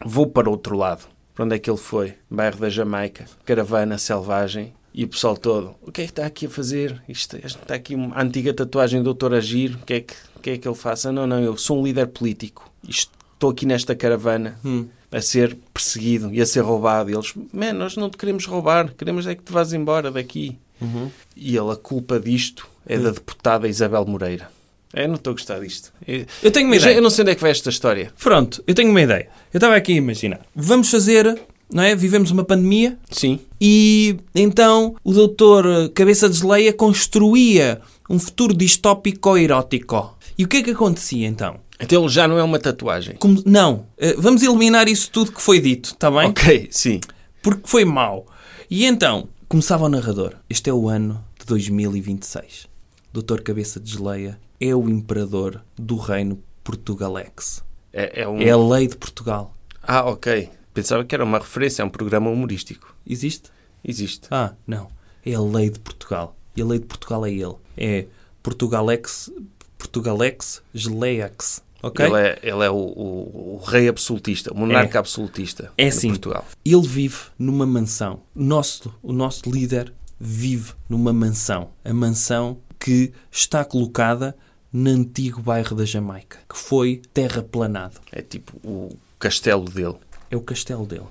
Speaker 2: Vou para outro lado. Para onde é que ele foi? Bairro da Jamaica, caravana selvagem. E o pessoal todo, o que é que está aqui a fazer? Isto, isto está aqui uma antiga tatuagem do Dr. Agir, o que, é que, o que é que ele faça? Não, não, eu sou um líder político. Isto- estou aqui nesta caravana
Speaker 3: Hum.
Speaker 2: a ser perseguido e a ser roubado. E eles, man, nós não te queremos roubar, queremos é que te vás embora daqui.
Speaker 3: Uhum.
Speaker 2: E ele, a culpa disto é
Speaker 3: Hum.
Speaker 2: da deputada Isabel Moreira. Eu não estou a gostar disto. Eu,
Speaker 3: Eu tenho uma
Speaker 2: eu já-
Speaker 3: ideia.
Speaker 2: eu não sei onde é que vai esta história.
Speaker 3: Pronto. Eu tenho uma ideia. Eu estava aqui a imaginar. Vamos fazer, não é? Vivemos uma pandemia
Speaker 2: Sim.
Speaker 3: e então o doutor Cabeça de Geleia construía um futuro distópico erótico. E o que é que acontecia então?
Speaker 2: Então ele já não é uma tatuagem.
Speaker 3: Como- Não. Eh, Vamos eliminar isso tudo que foi dito, está bem?
Speaker 2: Ok, sim.
Speaker 3: porque foi mau. E então, começava o narrador. Este é o ano de 2026. Doutor Cabeça de Geleia é o imperador do reino portugalex.
Speaker 2: É, é um...
Speaker 3: É a lei de Portugal.
Speaker 2: Ah, ok. Pensava que era uma referência a um programa humorístico.
Speaker 3: Existe?
Speaker 2: Existe.
Speaker 3: Ah, não. É a lei de Portugal. E a lei de Portugal é ele. É Portugalex, Portugalex, Geleiax. Ok?
Speaker 2: Ele é, ele é o, o- o rei absolutista, o monarca absolutista
Speaker 3: É
Speaker 2: de
Speaker 3: sim.
Speaker 2: Portugal.
Speaker 3: Ele vive numa mansão. O Nosso, o nosso líder vive numa mansão. A mansão que está colocada no antigo bairro da Jamaica, que foi terraplanado.
Speaker 2: É tipo o castelo dele.
Speaker 3: É o castelo dele.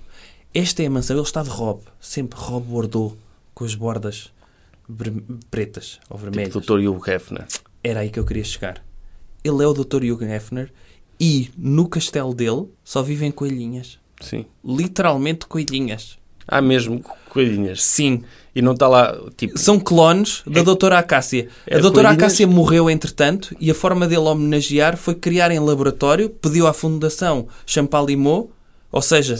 Speaker 3: Esta é a mansão. Ele está de robe. Sempre robe bordô, com as bordas bre- pretas ou vermelhas.
Speaker 2: Tipo Dr. Hugh Hefner.
Speaker 3: Era aí que eu queria chegar. Ele é o Dr. Jürgen Hefner e no castelo dele só vivem coelhinhas.
Speaker 2: Sim.
Speaker 3: Literalmente coelhinhas.
Speaker 2: Há mesmo co- coelhinhas.
Speaker 3: Sim,
Speaker 2: E não está lá, tipo...
Speaker 3: são clones da doutora Acácia.
Speaker 2: é
Speaker 3: a doutora
Speaker 2: coelhinhas?
Speaker 3: Acácia morreu, entretanto, e a forma dele homenagear foi criar em laboratório, pediu à Fundação Champalimau, ou seja,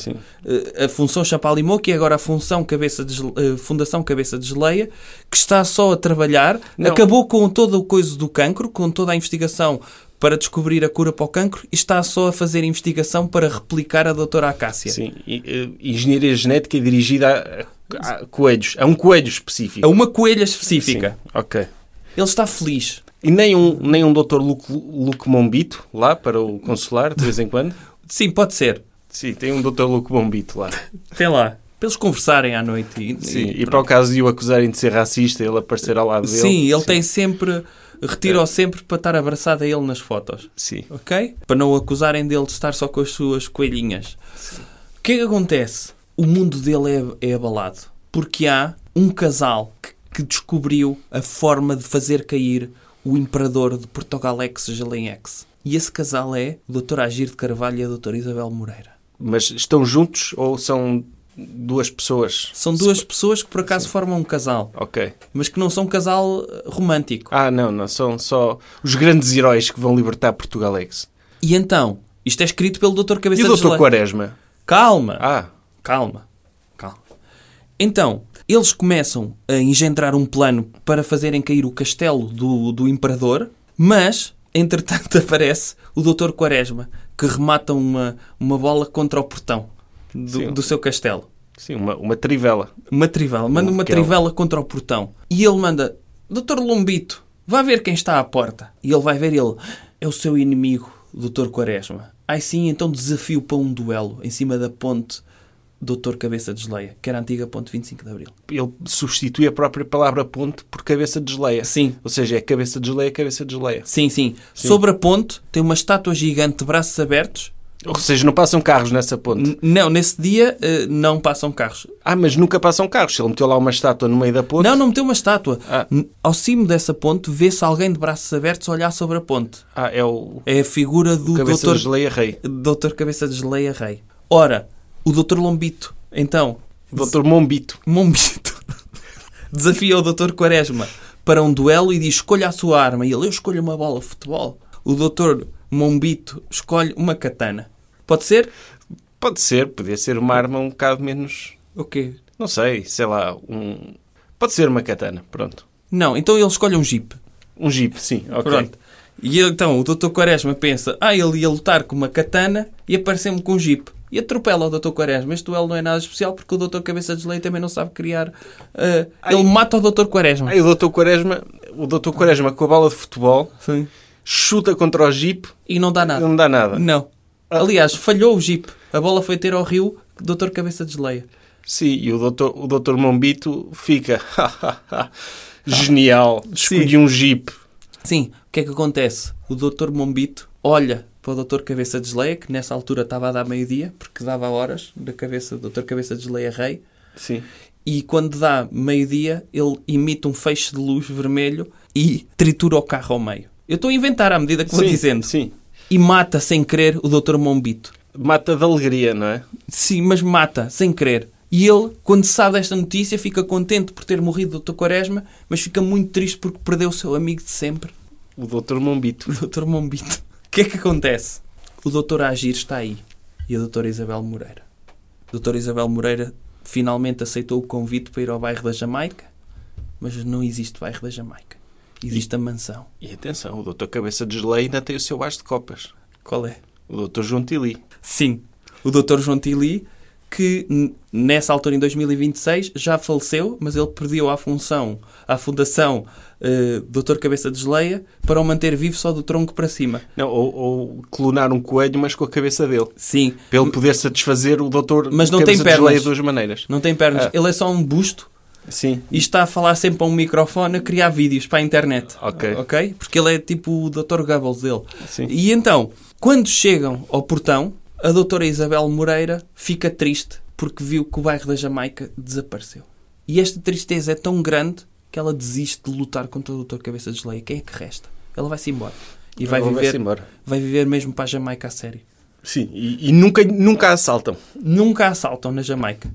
Speaker 3: eh, a função Champalimau, que é agora a função cabeça de, Gele- eh, Fundação Cabeça de Geleia, que está só a trabalhar,
Speaker 2: Não.
Speaker 3: acabou com todo o coisa do cancro, com toda a investigação para descobrir a cura para o cancro e está só a fazer investigação para replicar a doutora Acácia.
Speaker 2: Sim, e, eh, engenharia genética dirigida a, a coelhos, a um coelho específico.
Speaker 3: A É uma coelha específica.
Speaker 2: Sim, ok.
Speaker 3: Ele está feliz.
Speaker 2: E nem um, nem um doutor Luque, Luque Mombito lá para o consular, de vez em quando?
Speaker 3: Sim, pode ser.
Speaker 2: Sim, tem um doutor Luque Mombito lá.
Speaker 3: Tem lá. Para eles conversarem à noite. E,
Speaker 2: Sim,
Speaker 3: e-
Speaker 2: e para o caso de o acusarem de ser racista, ele aparecer ao lado dele.
Speaker 3: Sim, ele tem sempre. Retira-o sempre para estar abraçado a ele nas fotos.
Speaker 2: Sim.
Speaker 3: Ok? Para não o acusarem dele de estar só com as suas coelhinhas. O que é que acontece? O mundo dele é, é abalado. Porque há um casal que, que descobriu a forma de fazer cair o imperador de Portugalex Gelenex. E esse casal é o Dr. Agir de Carvalho e a Dra. Isabel Moreira.
Speaker 2: Mas estão juntos ou são duas pessoas?
Speaker 3: São duas pessoas que por acaso formam um casal,
Speaker 2: Ok.
Speaker 3: mas que não são um casal eh, romântico.
Speaker 2: Ah, não, não. São só os grandes heróis que vão libertar é Portugalex.
Speaker 3: E então, isto é escrito pelo Dr. Cabeça
Speaker 2: E o
Speaker 3: de
Speaker 2: doutor
Speaker 3: Geleia.
Speaker 2: Quaresma?
Speaker 3: Calma,
Speaker 2: Ah,
Speaker 3: calma, calma. Então, eles começam a engendrar um plano para fazerem cair o castelo do, do imperador, mas, entretanto, aparece o Dr. Quaresma, que remata uma, uma bola contra o portão do,
Speaker 2: Sim.
Speaker 3: do seu castelo.
Speaker 2: sim, uma, uma trivela.
Speaker 3: Uma trivela. Manda uma
Speaker 2: Aquela.
Speaker 3: trivela contra o portão. E ele manda, Doutor Lombito, vá ver quem está à porta. E ele vai ver ele. É o seu inimigo, Doutor Quaresma. Ai sim, então desafio para um duelo em cima da ponte Doutor Cabeça de Geleia, que era a antiga ponte 25 de Abril.
Speaker 2: Ele substitui a própria palavra ponte por cabeça de geleia.
Speaker 3: Sim.
Speaker 2: Ou seja, é cabeça de geleia, cabeça de geleia.
Speaker 3: Sim, sim. Sobre a ponte tem uma estátua gigante de braços abertos.
Speaker 2: Ou seja, não passam carros nessa ponte.
Speaker 3: N- não, nesse dia eh, não passam carros.
Speaker 2: Ah, mas nunca passam carros. Ele meteu lá uma estátua no meio da ponte.
Speaker 3: Não, não meteu uma estátua.
Speaker 2: Ah.
Speaker 3: N- Ao cimo dessa ponte vê-se alguém de braços abertos a olhar sobre a ponte.
Speaker 2: Ah, é o
Speaker 3: É a figura do
Speaker 2: cabeça
Speaker 3: Doutor
Speaker 2: de geleia rei.
Speaker 3: Doutor Cabeça de Geleia Rei. Ora, o Doutor Lombito, então,
Speaker 2: Doutor Mombito.
Speaker 3: Mombito, desafia o Doutor Quaresma para um duelo e diz: escolha a sua arma. E ele: eu escolho uma bola de futebol. O Doutor Mombito escolhe uma katana. Pode ser?
Speaker 2: Pode ser, podia ser uma arma um bocado menos.
Speaker 3: O quê?
Speaker 2: Não sei, sei lá, um. Pode ser uma katana, pronto.
Speaker 3: Não, então ele escolhe um jeep.
Speaker 2: Um jeep, sim, ok.
Speaker 3: Pronto. E ele, então o Doutor Quaresma pensa: ah, ele ia lutar com uma katana e apareceu-me com um jeep. E atropela o Doutor Quaresma. Este duelo não é nada especial porque o Doutor Cabeça de Leite também não sabe criar. ah,
Speaker 2: Ai.
Speaker 3: ele mata o Doutor Quaresma.
Speaker 2: Aí o doutor Quaresma, o doutor Quaresma com a bola de futebol,
Speaker 3: Sim.
Speaker 2: chuta contra o jeep,
Speaker 3: E não dá nada.
Speaker 2: não dá nada.
Speaker 3: Não. Aliás, falhou o jeep. A bola foi ter ao rio, doutor cabeça desleia.
Speaker 2: Sim, e o doutor, o doutor Mombito fica. Genial, escolhi um jeep.
Speaker 3: Sim, o que é que acontece? O doutor Mombito olha para o doutor cabeça desleia, que nessa altura estava a dar meio-dia, porque dava horas da cabeça do doutor cabeça desleia rei,
Speaker 2: Sim.
Speaker 3: e quando dá meio-dia, ele imita um feixe de luz vermelho e tritura o carro ao meio. Eu estou a inventar à medida que vou
Speaker 2: Sim,
Speaker 3: dizendo.
Speaker 2: Sim.
Speaker 3: E mata sem querer o doutor Mombito.
Speaker 2: Mata de alegria, não é?
Speaker 3: Sim, mas mata, sem querer. E ele, quando sabe desta notícia, fica contente por ter morrido o Dr. Quaresma, mas fica muito triste porque perdeu o seu amigo de sempre,
Speaker 2: O doutor Mombito.
Speaker 3: o Dr. Mombito. O que é que acontece? O Dr. Agir está aí e a Dra. Isabel Moreira. A Dra. Isabel Moreira finalmente aceitou o convite para ir ao bairro da Jamaica, mas não existe bairro da Jamaica. Existe a mansão.
Speaker 2: E atenção, o doutor Cabeça de Geleia ainda tem o seu as de copas.
Speaker 3: Qual é?
Speaker 2: O doutor Juntili.
Speaker 3: Sim, o Dr. João Tilly, que n- nessa altura, em 2026, já faleceu, mas ele perdeu a função, a fundação eh, Dr. Cabeça de Geleia para o manter vivo só do tronco para cima.
Speaker 2: Não, ou, ou clonar um coelho, mas com a cabeça dele.
Speaker 3: Sim,
Speaker 2: Para ele poder satisfazer o doutor
Speaker 3: Mas não
Speaker 2: Cabeça
Speaker 3: tem
Speaker 2: de Geleia
Speaker 3: pernas.
Speaker 2: de duas maneiras.
Speaker 3: não tem pernas.
Speaker 2: Ah.
Speaker 3: Ele é só um busto
Speaker 2: Sim.
Speaker 3: e está a falar sempre a um microfone a criar vídeos para a internet.
Speaker 2: Ok.
Speaker 3: Ok? Porque ele é tipo o Dr. Goebbels dele.
Speaker 2: Sim.
Speaker 3: E então, quando chegam ao portão, a doutora Isabel Moreira fica triste porque viu que o bairro da Jamaica desapareceu. E esta tristeza é tão grande que ela desiste de lutar contra o doutor Cabeça de Geleia. Quem é que resta? Ela vai-se embora. E vai
Speaker 2: Ou vai-se
Speaker 3: viver,
Speaker 2: embora.
Speaker 3: vai viver mesmo para a Jamaica a sério.
Speaker 2: Sim. E, e nunca, nunca assaltam.
Speaker 3: Nunca a assaltam na Jamaica.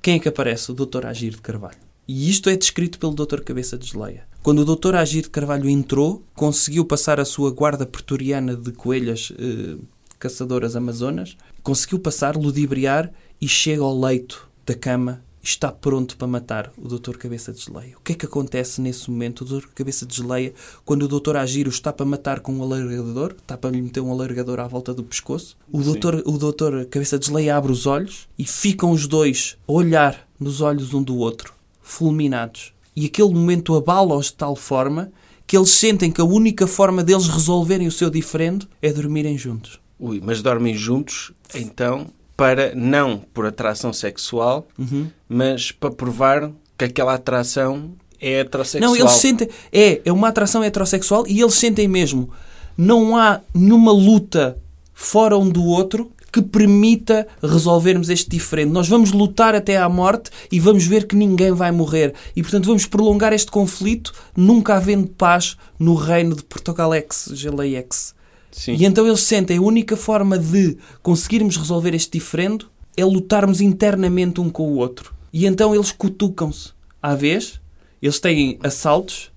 Speaker 3: Quem é que aparece? O Dr. Agir de Carvalho. E isto é descrito pelo Dr. Cabeça de Geleia. Quando o Dr. Agir de Carvalho entrou, conseguiu passar a sua guarda pretoriana de coelhas eh, caçadoras amazonas, conseguiu passar, ludibriar e chega ao leito da cama e está pronto para matar o Dr. Cabeça de Geleia. O que é que acontece nesse momento? O Dr. Cabeça de Geleia, quando o Dr. Agiro está para matar com um alargador, está para lhe meter um alargador à volta do pescoço, o Dr. O Dr. Cabeça de Geleia abre os olhos e ficam os dois a olhar nos olhos um do outro, fulminados. E aquele momento abala-os de tal forma que eles sentem que a única forma deles resolverem o seu diferendo é dormirem juntos.
Speaker 2: Ui, mas dormem juntos, então, para não por atração sexual,
Speaker 3: Uhum.
Speaker 2: mas para provar que aquela atração é heterossexual.
Speaker 3: Não, eles sentem. É, é uma atração heterossexual e eles sentem mesmo. Não há nenhuma luta fora um do outro que permita resolvermos este diferente. Nós vamos lutar até à morte e vamos ver que ninguém vai morrer. E, portanto, vamos prolongar este conflito, nunca havendo paz no reino de Portugalex, Geleiex.
Speaker 2: Sim.
Speaker 3: E então eles sentem a única forma de conseguirmos resolver este diferendo é lutarmos internamente um com o outro. E então eles cutucam-se. À vez, eles têm assaltos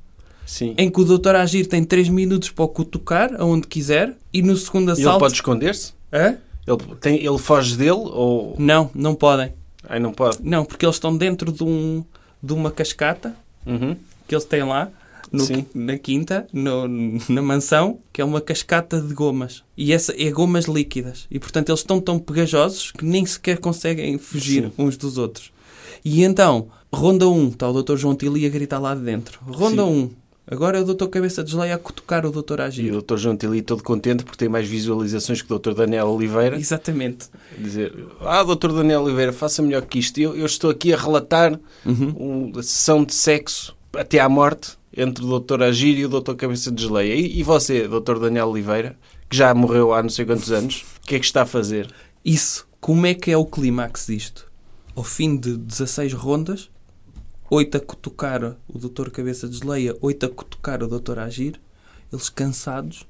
Speaker 2: Sim.
Speaker 3: em que o doutor Agir tem 3 minutos para o cutucar, aonde quiser, e no segundo
Speaker 2: E ele
Speaker 3: assalto...
Speaker 2: pode esconder-se?
Speaker 3: Hã?
Speaker 2: Ele, tem, ele foge dele ou.
Speaker 3: Não, não podem.
Speaker 2: Ai, não pode.
Speaker 3: Não, porque eles estão dentro de, um, de uma cascata
Speaker 2: Uhum.
Speaker 3: que eles têm lá, no
Speaker 2: Sim.
Speaker 3: qui- na quinta, no- na mansão, que é uma cascata de gomas. E essa é gomas líquidas. E, portanto, eles estão tão pegajosos que nem sequer conseguem fugir
Speaker 2: Sim.
Speaker 3: uns dos outros. E então, ronda 1, está o Dr. João Tili a gritar lá de dentro. Ronda
Speaker 2: Sim.
Speaker 3: 1, agora é o Dr. Cabeça de Geleia a cutucar o Dr.
Speaker 2: E
Speaker 3: Agir.
Speaker 2: o Dr. João Tili todo contente porque tem mais visualizações que o Dr. Daniel Oliveira.
Speaker 3: Exatamente.
Speaker 2: Dizer, ah, Dr. Daniel Oliveira, faça melhor que isto. Eu, eu estou aqui a relatar uma sessão de sexo até à morte entre o Dr. Agir e o Dr. Cabeça de Geleia. E, e você, Dr. Daniel Oliveira, que já morreu há não sei quantos anos, o que é que está a fazer?
Speaker 3: Isso, como é que é o clímax disto? Ao fim de 16 rondas, 8 a cutucar o Dr. Cabeça de Geleia, 8 a cutucar o Dr. Agir, eles cansados,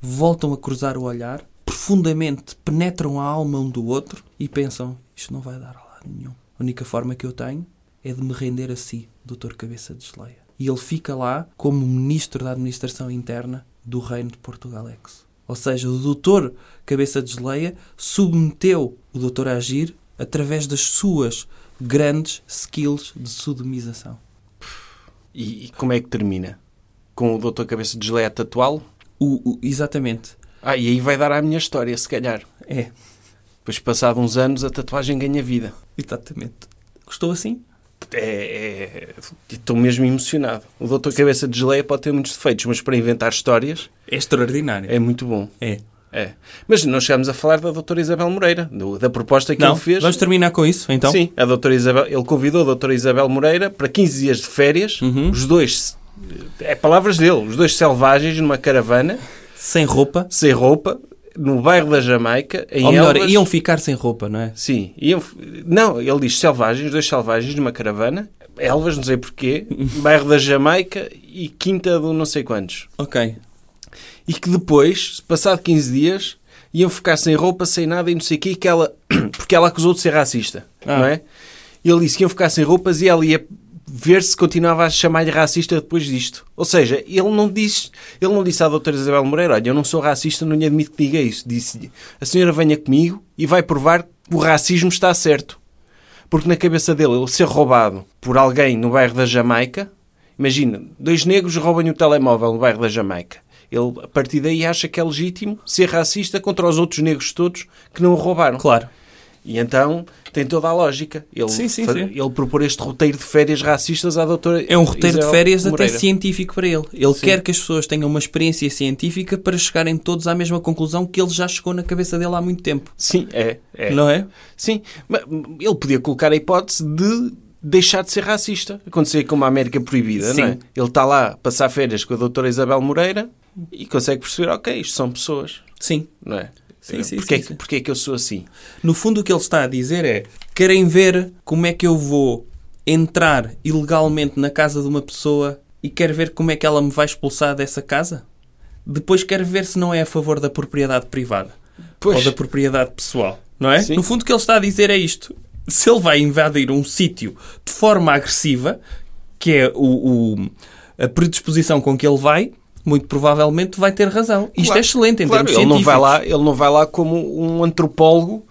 Speaker 3: voltam a cruzar o olhar, profundamente penetram a alma um do outro e pensam: isto não vai dar a lado nenhum. A única forma que eu tenho é de me render a si, Dr. Cabeça de Geleia. E ele fica lá como ministro da Administração Interna do Reino de Portugalex. Ou seja, o Dr. Cabeça de Geleia submeteu o Dr. Agir através das suas grandes skills de sodomização.
Speaker 2: E, e como é que termina? Com o Dr. Cabeça de Geleia a tatuá-lo?
Speaker 3: O- o- exatamente.
Speaker 2: Ah, e aí vai dar à minha história, se calhar.
Speaker 3: É,
Speaker 2: Depois, passado uns anos, a tatuagem ganha vida.
Speaker 3: exatamente. Gostou assim?
Speaker 2: É, é- estou mesmo emocionado. O Doutor Cabeça de Geleia pode ter muitos defeitos, mas para inventar histórias
Speaker 3: É extraordinário.
Speaker 2: é muito bom.
Speaker 3: É.
Speaker 2: É. Mas não chegámos a falar da Doutora Isabel Moreira, do- da proposta que
Speaker 3: Não,
Speaker 2: ele fez.
Speaker 3: vamos terminar com isso, então?
Speaker 2: Sim, a doutora Isabel, ele convidou a doutora Isabel Moreira para 15 dias de férias,
Speaker 3: Uhum.
Speaker 2: os dois, é palavras dele, os dois selvagens numa caravana,
Speaker 3: Sem roupa.
Speaker 2: sem roupa, no bairro da Jamaica, em
Speaker 3: Ou melhor,
Speaker 2: Elvas.
Speaker 3: iam ficar sem roupa, não é?
Speaker 2: Sim, iam, não, ele diz selvagens, dois selvagens numa caravana, Elvas, não sei porquê, bairro da Jamaica e quinta do não sei quantos.
Speaker 3: Ok.
Speaker 2: E que depois, passado 15 dias, iam ficar sem roupa, sem nada e não sei o quê, que ela, porque ela acusou de ser racista,
Speaker 3: Ah.
Speaker 2: não é? E ele disse que iam ficar sem roupas e ela ia ver se continuava a chamar-lhe racista depois disto. Ou seja, ele não disse, ele não disse à doutora Isabel Moreira, olha, eu não sou racista, não lhe admito que diga isso. Disse-lhe, a senhora venha comigo e vai provar que o racismo está certo. Porque na cabeça dele, ele ser roubado por alguém no bairro da Jamaica, imagina, dois negros roubam o telemóvel no bairro da Jamaica. Ele, a partir daí, acha que é legítimo ser racista contra os outros negros todos que não o roubaram.
Speaker 3: Claro.
Speaker 2: E então tem toda a lógica. Ele,
Speaker 3: Sim, sim,
Speaker 2: fa-
Speaker 3: sim.
Speaker 2: ele propor este roteiro de férias racistas à doutora.
Speaker 3: É um roteiro de
Speaker 2: Isabel
Speaker 3: férias até
Speaker 2: Moreira.
Speaker 3: científico para ele. Ele
Speaker 2: Sim.
Speaker 3: quer que as pessoas tenham uma experiência científica para chegarem todos à mesma conclusão que ele já chegou na cabeça dele há muito tempo.
Speaker 2: Sim, é. é.
Speaker 3: Não é?
Speaker 2: Sim, mas ele podia colocar a hipótese de deixar de ser racista. Acontecer como a América Proibida,
Speaker 3: Sim.
Speaker 2: não é? Ele está lá a passar férias com a doutora Isabel Moreira e consegue perceber, ok, isto são pessoas,
Speaker 3: Sim.
Speaker 2: não é?
Speaker 3: Sim, sim,
Speaker 2: porque,
Speaker 3: sim,
Speaker 2: é que,
Speaker 3: sim.
Speaker 2: porque é que eu sou assim?
Speaker 3: No fundo, o que ele está a dizer é: querem ver como é que eu vou entrar ilegalmente na casa de uma pessoa e quero ver como é que ela me vai expulsar dessa casa? Depois quero ver se não é a favor da propriedade privada
Speaker 2: Pois.
Speaker 3: ou da propriedade pessoal, não é?
Speaker 2: Sim.
Speaker 3: No fundo, o que ele está a dizer é isto: se ele vai invadir um sítio de forma agressiva, que é o, o- a predisposição com que ele vai. Muito provavelmente vai ter razão. Isto
Speaker 2: Claro,
Speaker 3: é excelente em
Speaker 2: claro,
Speaker 3: termos
Speaker 2: ele não vai
Speaker 3: científicos.
Speaker 2: lá Ele não vai lá como um antropólogo,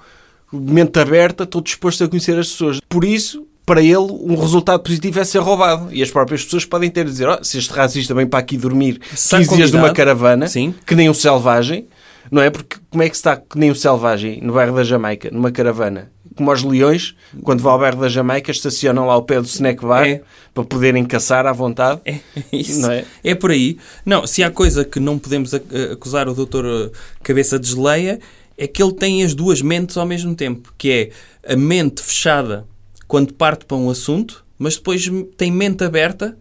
Speaker 2: mente aberta, estou disposto a conhecer as pessoas. Por isso, para ele um resultado positivo é ser roubado. E as próprias pessoas podem ter a dizer, "Oh, se este racista vem para aqui dormir
Speaker 3: Sem
Speaker 2: 15 dias
Speaker 3: convidado.
Speaker 2: numa caravana,
Speaker 3: Sim.
Speaker 2: que nem um selvagem, não é? Porque como é que se está que nem um selvagem no bairro da Jamaica, numa caravana? Como aos leões, quando vão ao bairro da Jamaica, estacionam lá ao pé do snack bar
Speaker 3: É.
Speaker 2: para poderem caçar à vontade.
Speaker 3: É, isso.
Speaker 2: Não é?
Speaker 3: É por aí. Não, se há coisa que não podemos ac- eh, acusar o doutor eh, Cabeça de Geleia é que ele tem as duas mentes ao mesmo tempo, que é a mente fechada quando parte para um assunto, mas depois tem mente aberta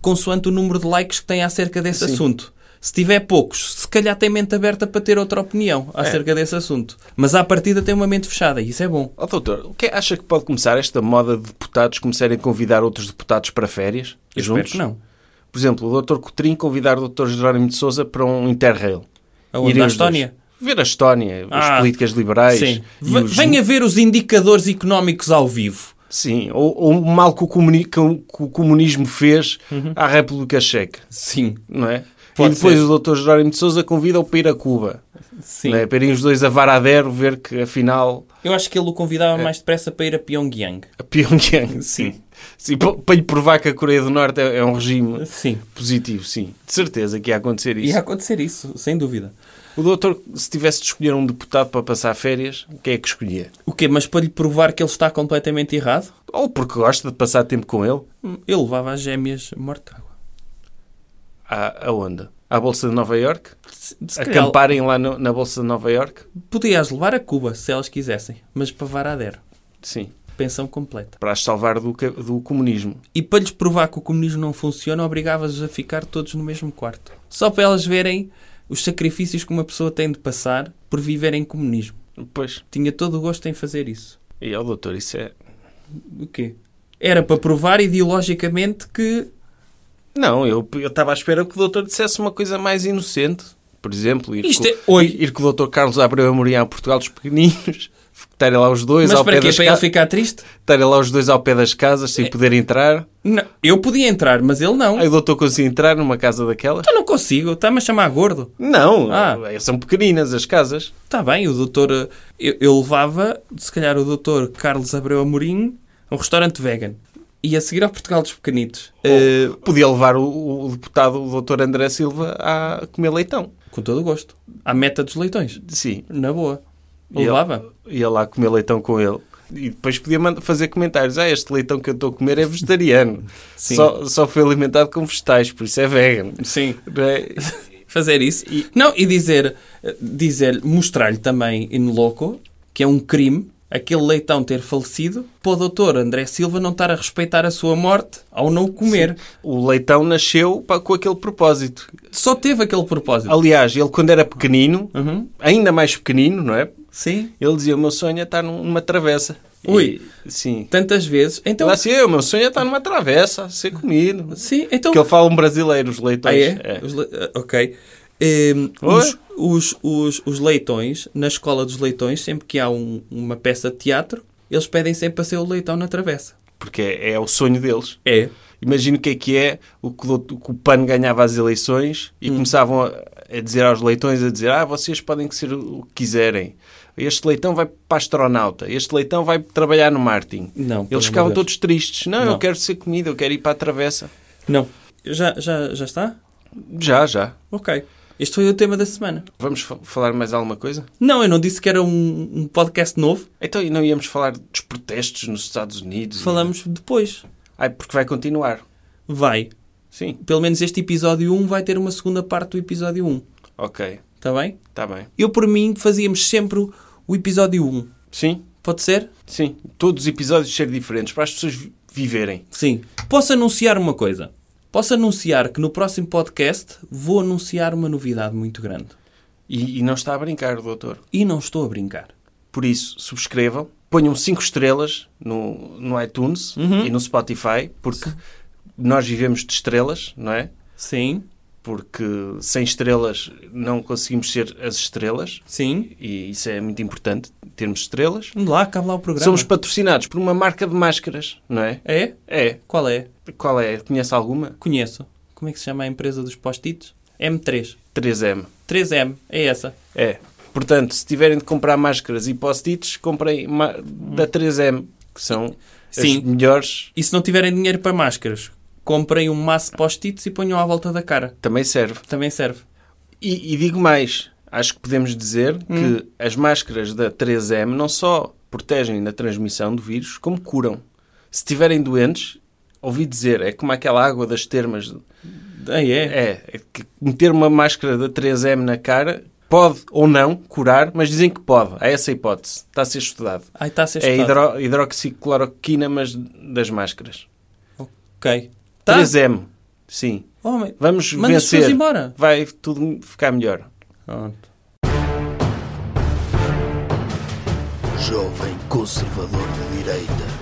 Speaker 3: consoante o número de likes que tem acerca desse assunto. Se tiver poucos, se calhar tem mente aberta para ter outra opinião
Speaker 2: É.
Speaker 3: acerca desse assunto. Mas à partida tem uma mente fechada e isso é bom.
Speaker 2: Ó doutor, o que é- acha que pode começar esta moda de deputados começarem a convidar outros deputados para férias?
Speaker 3: Eu espero
Speaker 2: juntos?
Speaker 3: que não.
Speaker 2: Por exemplo, o doutor Cotrim convidar o doutor Jerónimo de Sousa para um Interrail.
Speaker 3: Aonde?
Speaker 2: Irem
Speaker 3: Na
Speaker 2: os dois.
Speaker 3: Estónia?
Speaker 2: Ver a Estónia,
Speaker 3: Ah,
Speaker 2: as políticas liberais.
Speaker 3: Sim.
Speaker 2: e
Speaker 3: Ve-
Speaker 2: os-
Speaker 3: Venha ver os indicadores económicos ao vivo.
Speaker 2: Sim, ou, ou o mal que o, comuni- que o- que o comunismo fez à República Checa,
Speaker 3: Sim,
Speaker 2: não é?
Speaker 3: Uhum. Pode
Speaker 2: e depois
Speaker 3: ser.
Speaker 2: o doutor Jerónimo de Sousa convida-o para ir a Cuba.
Speaker 3: sim.
Speaker 2: Não é? Para irem os dois a Varadero ver que, afinal,
Speaker 3: Eu acho que ele o convidava mais depressa para ir a Pyongyang.
Speaker 2: a Pyongyang...
Speaker 3: Sim.
Speaker 2: Sim, pa- para lhe provar que a Coreia do Norte é, é um regime
Speaker 3: Sim.
Speaker 2: positivo, sim. De certeza que ia acontecer isso.
Speaker 3: Ia acontecer isso, sem dúvida.
Speaker 2: O doutor, se tivesse de escolher um deputado para passar férias, o que é que escolhia?
Speaker 3: O quê? Mas para lhe provar que ele está completamente errado,
Speaker 2: Ou porque gosta de passar tempo com ele,
Speaker 3: hum, ele levava as gêmeas Mortágua.
Speaker 2: à, aonde? À Bolsa de Nova Iorque?
Speaker 3: Se- se calhar
Speaker 2: Acamparem lá no- na Bolsa de Nova Iorque?
Speaker 3: Podia as levar a Cuba, se elas quisessem, mas para Varadero.
Speaker 2: Sim.
Speaker 3: Pensão completa.
Speaker 2: Para as salvar do, ca- do comunismo.
Speaker 3: E para lhes provar que o comunismo não funciona, obrigavas-os a ficar todos no mesmo quarto. Só para elas verem os sacrifícios que uma pessoa tem de passar por viver em comunismo.
Speaker 2: Pois.
Speaker 3: Tinha todo o gosto em fazer isso.
Speaker 2: E ao doutor, isso é...
Speaker 3: O quê? Era para provar ideologicamente que.
Speaker 2: Não, eu eu estava à espera que o doutor dissesse uma coisa mais inocente. Por exemplo, ir,
Speaker 3: Isto
Speaker 2: com,
Speaker 3: é- Oi.
Speaker 2: ir com o doutor Carlos Abreu a Moriá a Portugal dos Pequeninos. Estarem lá os dois
Speaker 3: Mas
Speaker 2: ao pé
Speaker 3: para quê?
Speaker 2: das
Speaker 3: Para ele
Speaker 2: casas.
Speaker 3: ficar É. triste?
Speaker 2: Estarem lá os dois ao pé das casas sem poder entrar.
Speaker 3: Não, eu podia entrar, mas ele não.
Speaker 2: Aí o doutor conseguia entrar numa casa daquela?
Speaker 3: Eu não consigo, está-me a chamar gordo.
Speaker 2: Não,
Speaker 3: Ah.
Speaker 2: eh, são pequeninas as casas.
Speaker 3: Está bem, o doutor. eh, Eu, eu levava, se calhar, o doutor Carlos Abreu Amorim a um restaurante vegan. E a seguir ao Portugal dos Pequenitos. Eh,
Speaker 2: Podia levar o, o deputado, o doutor André Silva, a comer leitão.
Speaker 3: com todo o gosto. À meta dos leitões.
Speaker 2: Sim,
Speaker 3: Na boa.
Speaker 2: E
Speaker 3: Levava.
Speaker 2: ia lá comer leitão com ele. E depois podia mand- fazer comentários. Ah, este leitão que eu estou a comer é vegetariano.
Speaker 3: Sim.
Speaker 2: Só, só foi alimentado com vegetais, por isso é vegan.
Speaker 3: Sim.
Speaker 2: Não é?
Speaker 3: fazer isso. Não, e dizer, eh, dizer mostrar-lhe também, in loco, que é um crime aquele leitão ter falecido para o doutor André Silva não estar a respeitar a sua morte ao não o comer.
Speaker 2: O leitão nasceu pa- com aquele propósito.
Speaker 3: Só teve aquele propósito.
Speaker 2: Aliás, ele quando era pequenino,
Speaker 3: Uhum.
Speaker 2: ainda mais pequenino, não é?
Speaker 3: Sim.
Speaker 2: Ele dizia, o meu sonho é estar num- numa travessa.
Speaker 3: Ui.
Speaker 2: E- sim.
Speaker 3: Tantas vezes. Então,
Speaker 2: Então, assim, eu, meu sonho é estar numa travessa, ser comido.
Speaker 3: sim, então...
Speaker 2: Que ele fala um brasileiro, os
Speaker 3: Ah,
Speaker 2: leitões.
Speaker 3: é? Os le- ah, Ok. Ehm,
Speaker 2: Oi?
Speaker 3: os, os, os, os leitões, na escola dos leitões, sempre que há um- uma peça de teatro, eles pedem sempre para ser o leitão na travessa.
Speaker 2: Porque é, é o sonho deles.
Speaker 3: É.
Speaker 2: Imagino o que é que é o que, o doutor- que o PAN ganhava as eleições
Speaker 3: Hum.
Speaker 2: e começavam a, a dizer aos leitões, a dizer, ah, vocês podem ser o que quiserem. Este leitão vai para astronauta. Este leitão vai trabalhar no Martin.
Speaker 3: Não, pelo
Speaker 2: Eles ficavam
Speaker 3: amor de
Speaker 2: todos tristes. Não,
Speaker 3: Não.
Speaker 2: eu quero ser comido, eu quero ir para a travessa.
Speaker 3: Não. Já, já, já está?
Speaker 2: Já, já.
Speaker 3: Ok. Este foi o tema da semana.
Speaker 2: Vamos fa- falar mais alguma coisa?
Speaker 3: Não, eu não disse que era um, um podcast novo.
Speaker 2: Então, e não íamos falar dos protestos nos Estados Unidos?
Speaker 3: Falamos depois.
Speaker 2: Ai, porque vai continuar.
Speaker 3: Vai.
Speaker 2: Sim.
Speaker 3: Pelo menos este episódio 1 vai ter uma segunda parte do episódio 1.
Speaker 2: Ok,
Speaker 3: Está bem?
Speaker 2: está bem.
Speaker 3: Eu, por mim, fazíamos sempre o episódio 1.
Speaker 2: Sim,
Speaker 3: Pode ser?
Speaker 2: sim. Todos os episódios ser diferentes para as pessoas vi- viverem.
Speaker 3: Sim. Posso anunciar uma coisa? Posso anunciar que no próximo podcast vou anunciar uma novidade muito grande.
Speaker 2: E, e não está a brincar, doutor.
Speaker 3: E não estou a brincar.
Speaker 2: Por isso, subscrevam, ponham 5 estrelas no, no iTunes
Speaker 3: Uhum.
Speaker 2: e no Spotify, porque nós vivemos de estrelas, não é?
Speaker 3: Sim.
Speaker 2: Porque sem estrelas não conseguimos ser as estrelas.
Speaker 3: Sim.
Speaker 2: E isso é muito importante, termos estrelas.
Speaker 3: Vamos lá, acaba lá o programa.
Speaker 2: Somos patrocinados por uma marca de máscaras, não é?
Speaker 3: É?
Speaker 2: É.
Speaker 3: Qual é?
Speaker 2: Qual é? Conhece alguma?
Speaker 3: Conheço. Como é que se chama a empresa dos post-its? M3.
Speaker 2: 3M.
Speaker 3: 3M, é essa.
Speaker 2: É. Portanto, se tiverem de comprar máscaras e post-its, comprem ma- da 3M, que são
Speaker 3: Sim.
Speaker 2: as melhores,
Speaker 3: E se não tiverem dinheiro para máscaras, comprem um maço post-its e ponham à volta da cara.
Speaker 2: também serve.
Speaker 3: Também serve.
Speaker 2: E, e digo mais, acho que podemos
Speaker 3: Hum.
Speaker 2: dizer que as máscaras da 3M não só protegem da transmissão do vírus, como curam. Se estiverem doentes, ouvi dizer, é como aquela água das termas.
Speaker 3: Ah, é?
Speaker 2: É, é que meter uma máscara da 3M na cara pode ou não curar, mas dizem que pode. Há essa hipótese. Está a ser estudado.
Speaker 3: Ai, está a ser
Speaker 2: É
Speaker 3: estudado.
Speaker 2: hidro, hidroxicloroquina, mas das máscaras.
Speaker 3: Ok. Tá.
Speaker 2: 3M, sim.
Speaker 3: Homem,
Speaker 2: Vamos
Speaker 3: manda as pessoas
Speaker 2: vencer.
Speaker 3: embora.
Speaker 2: Vai tudo ficar melhor.
Speaker 3: Pronto.
Speaker 1: Jovem Conservador de Direita.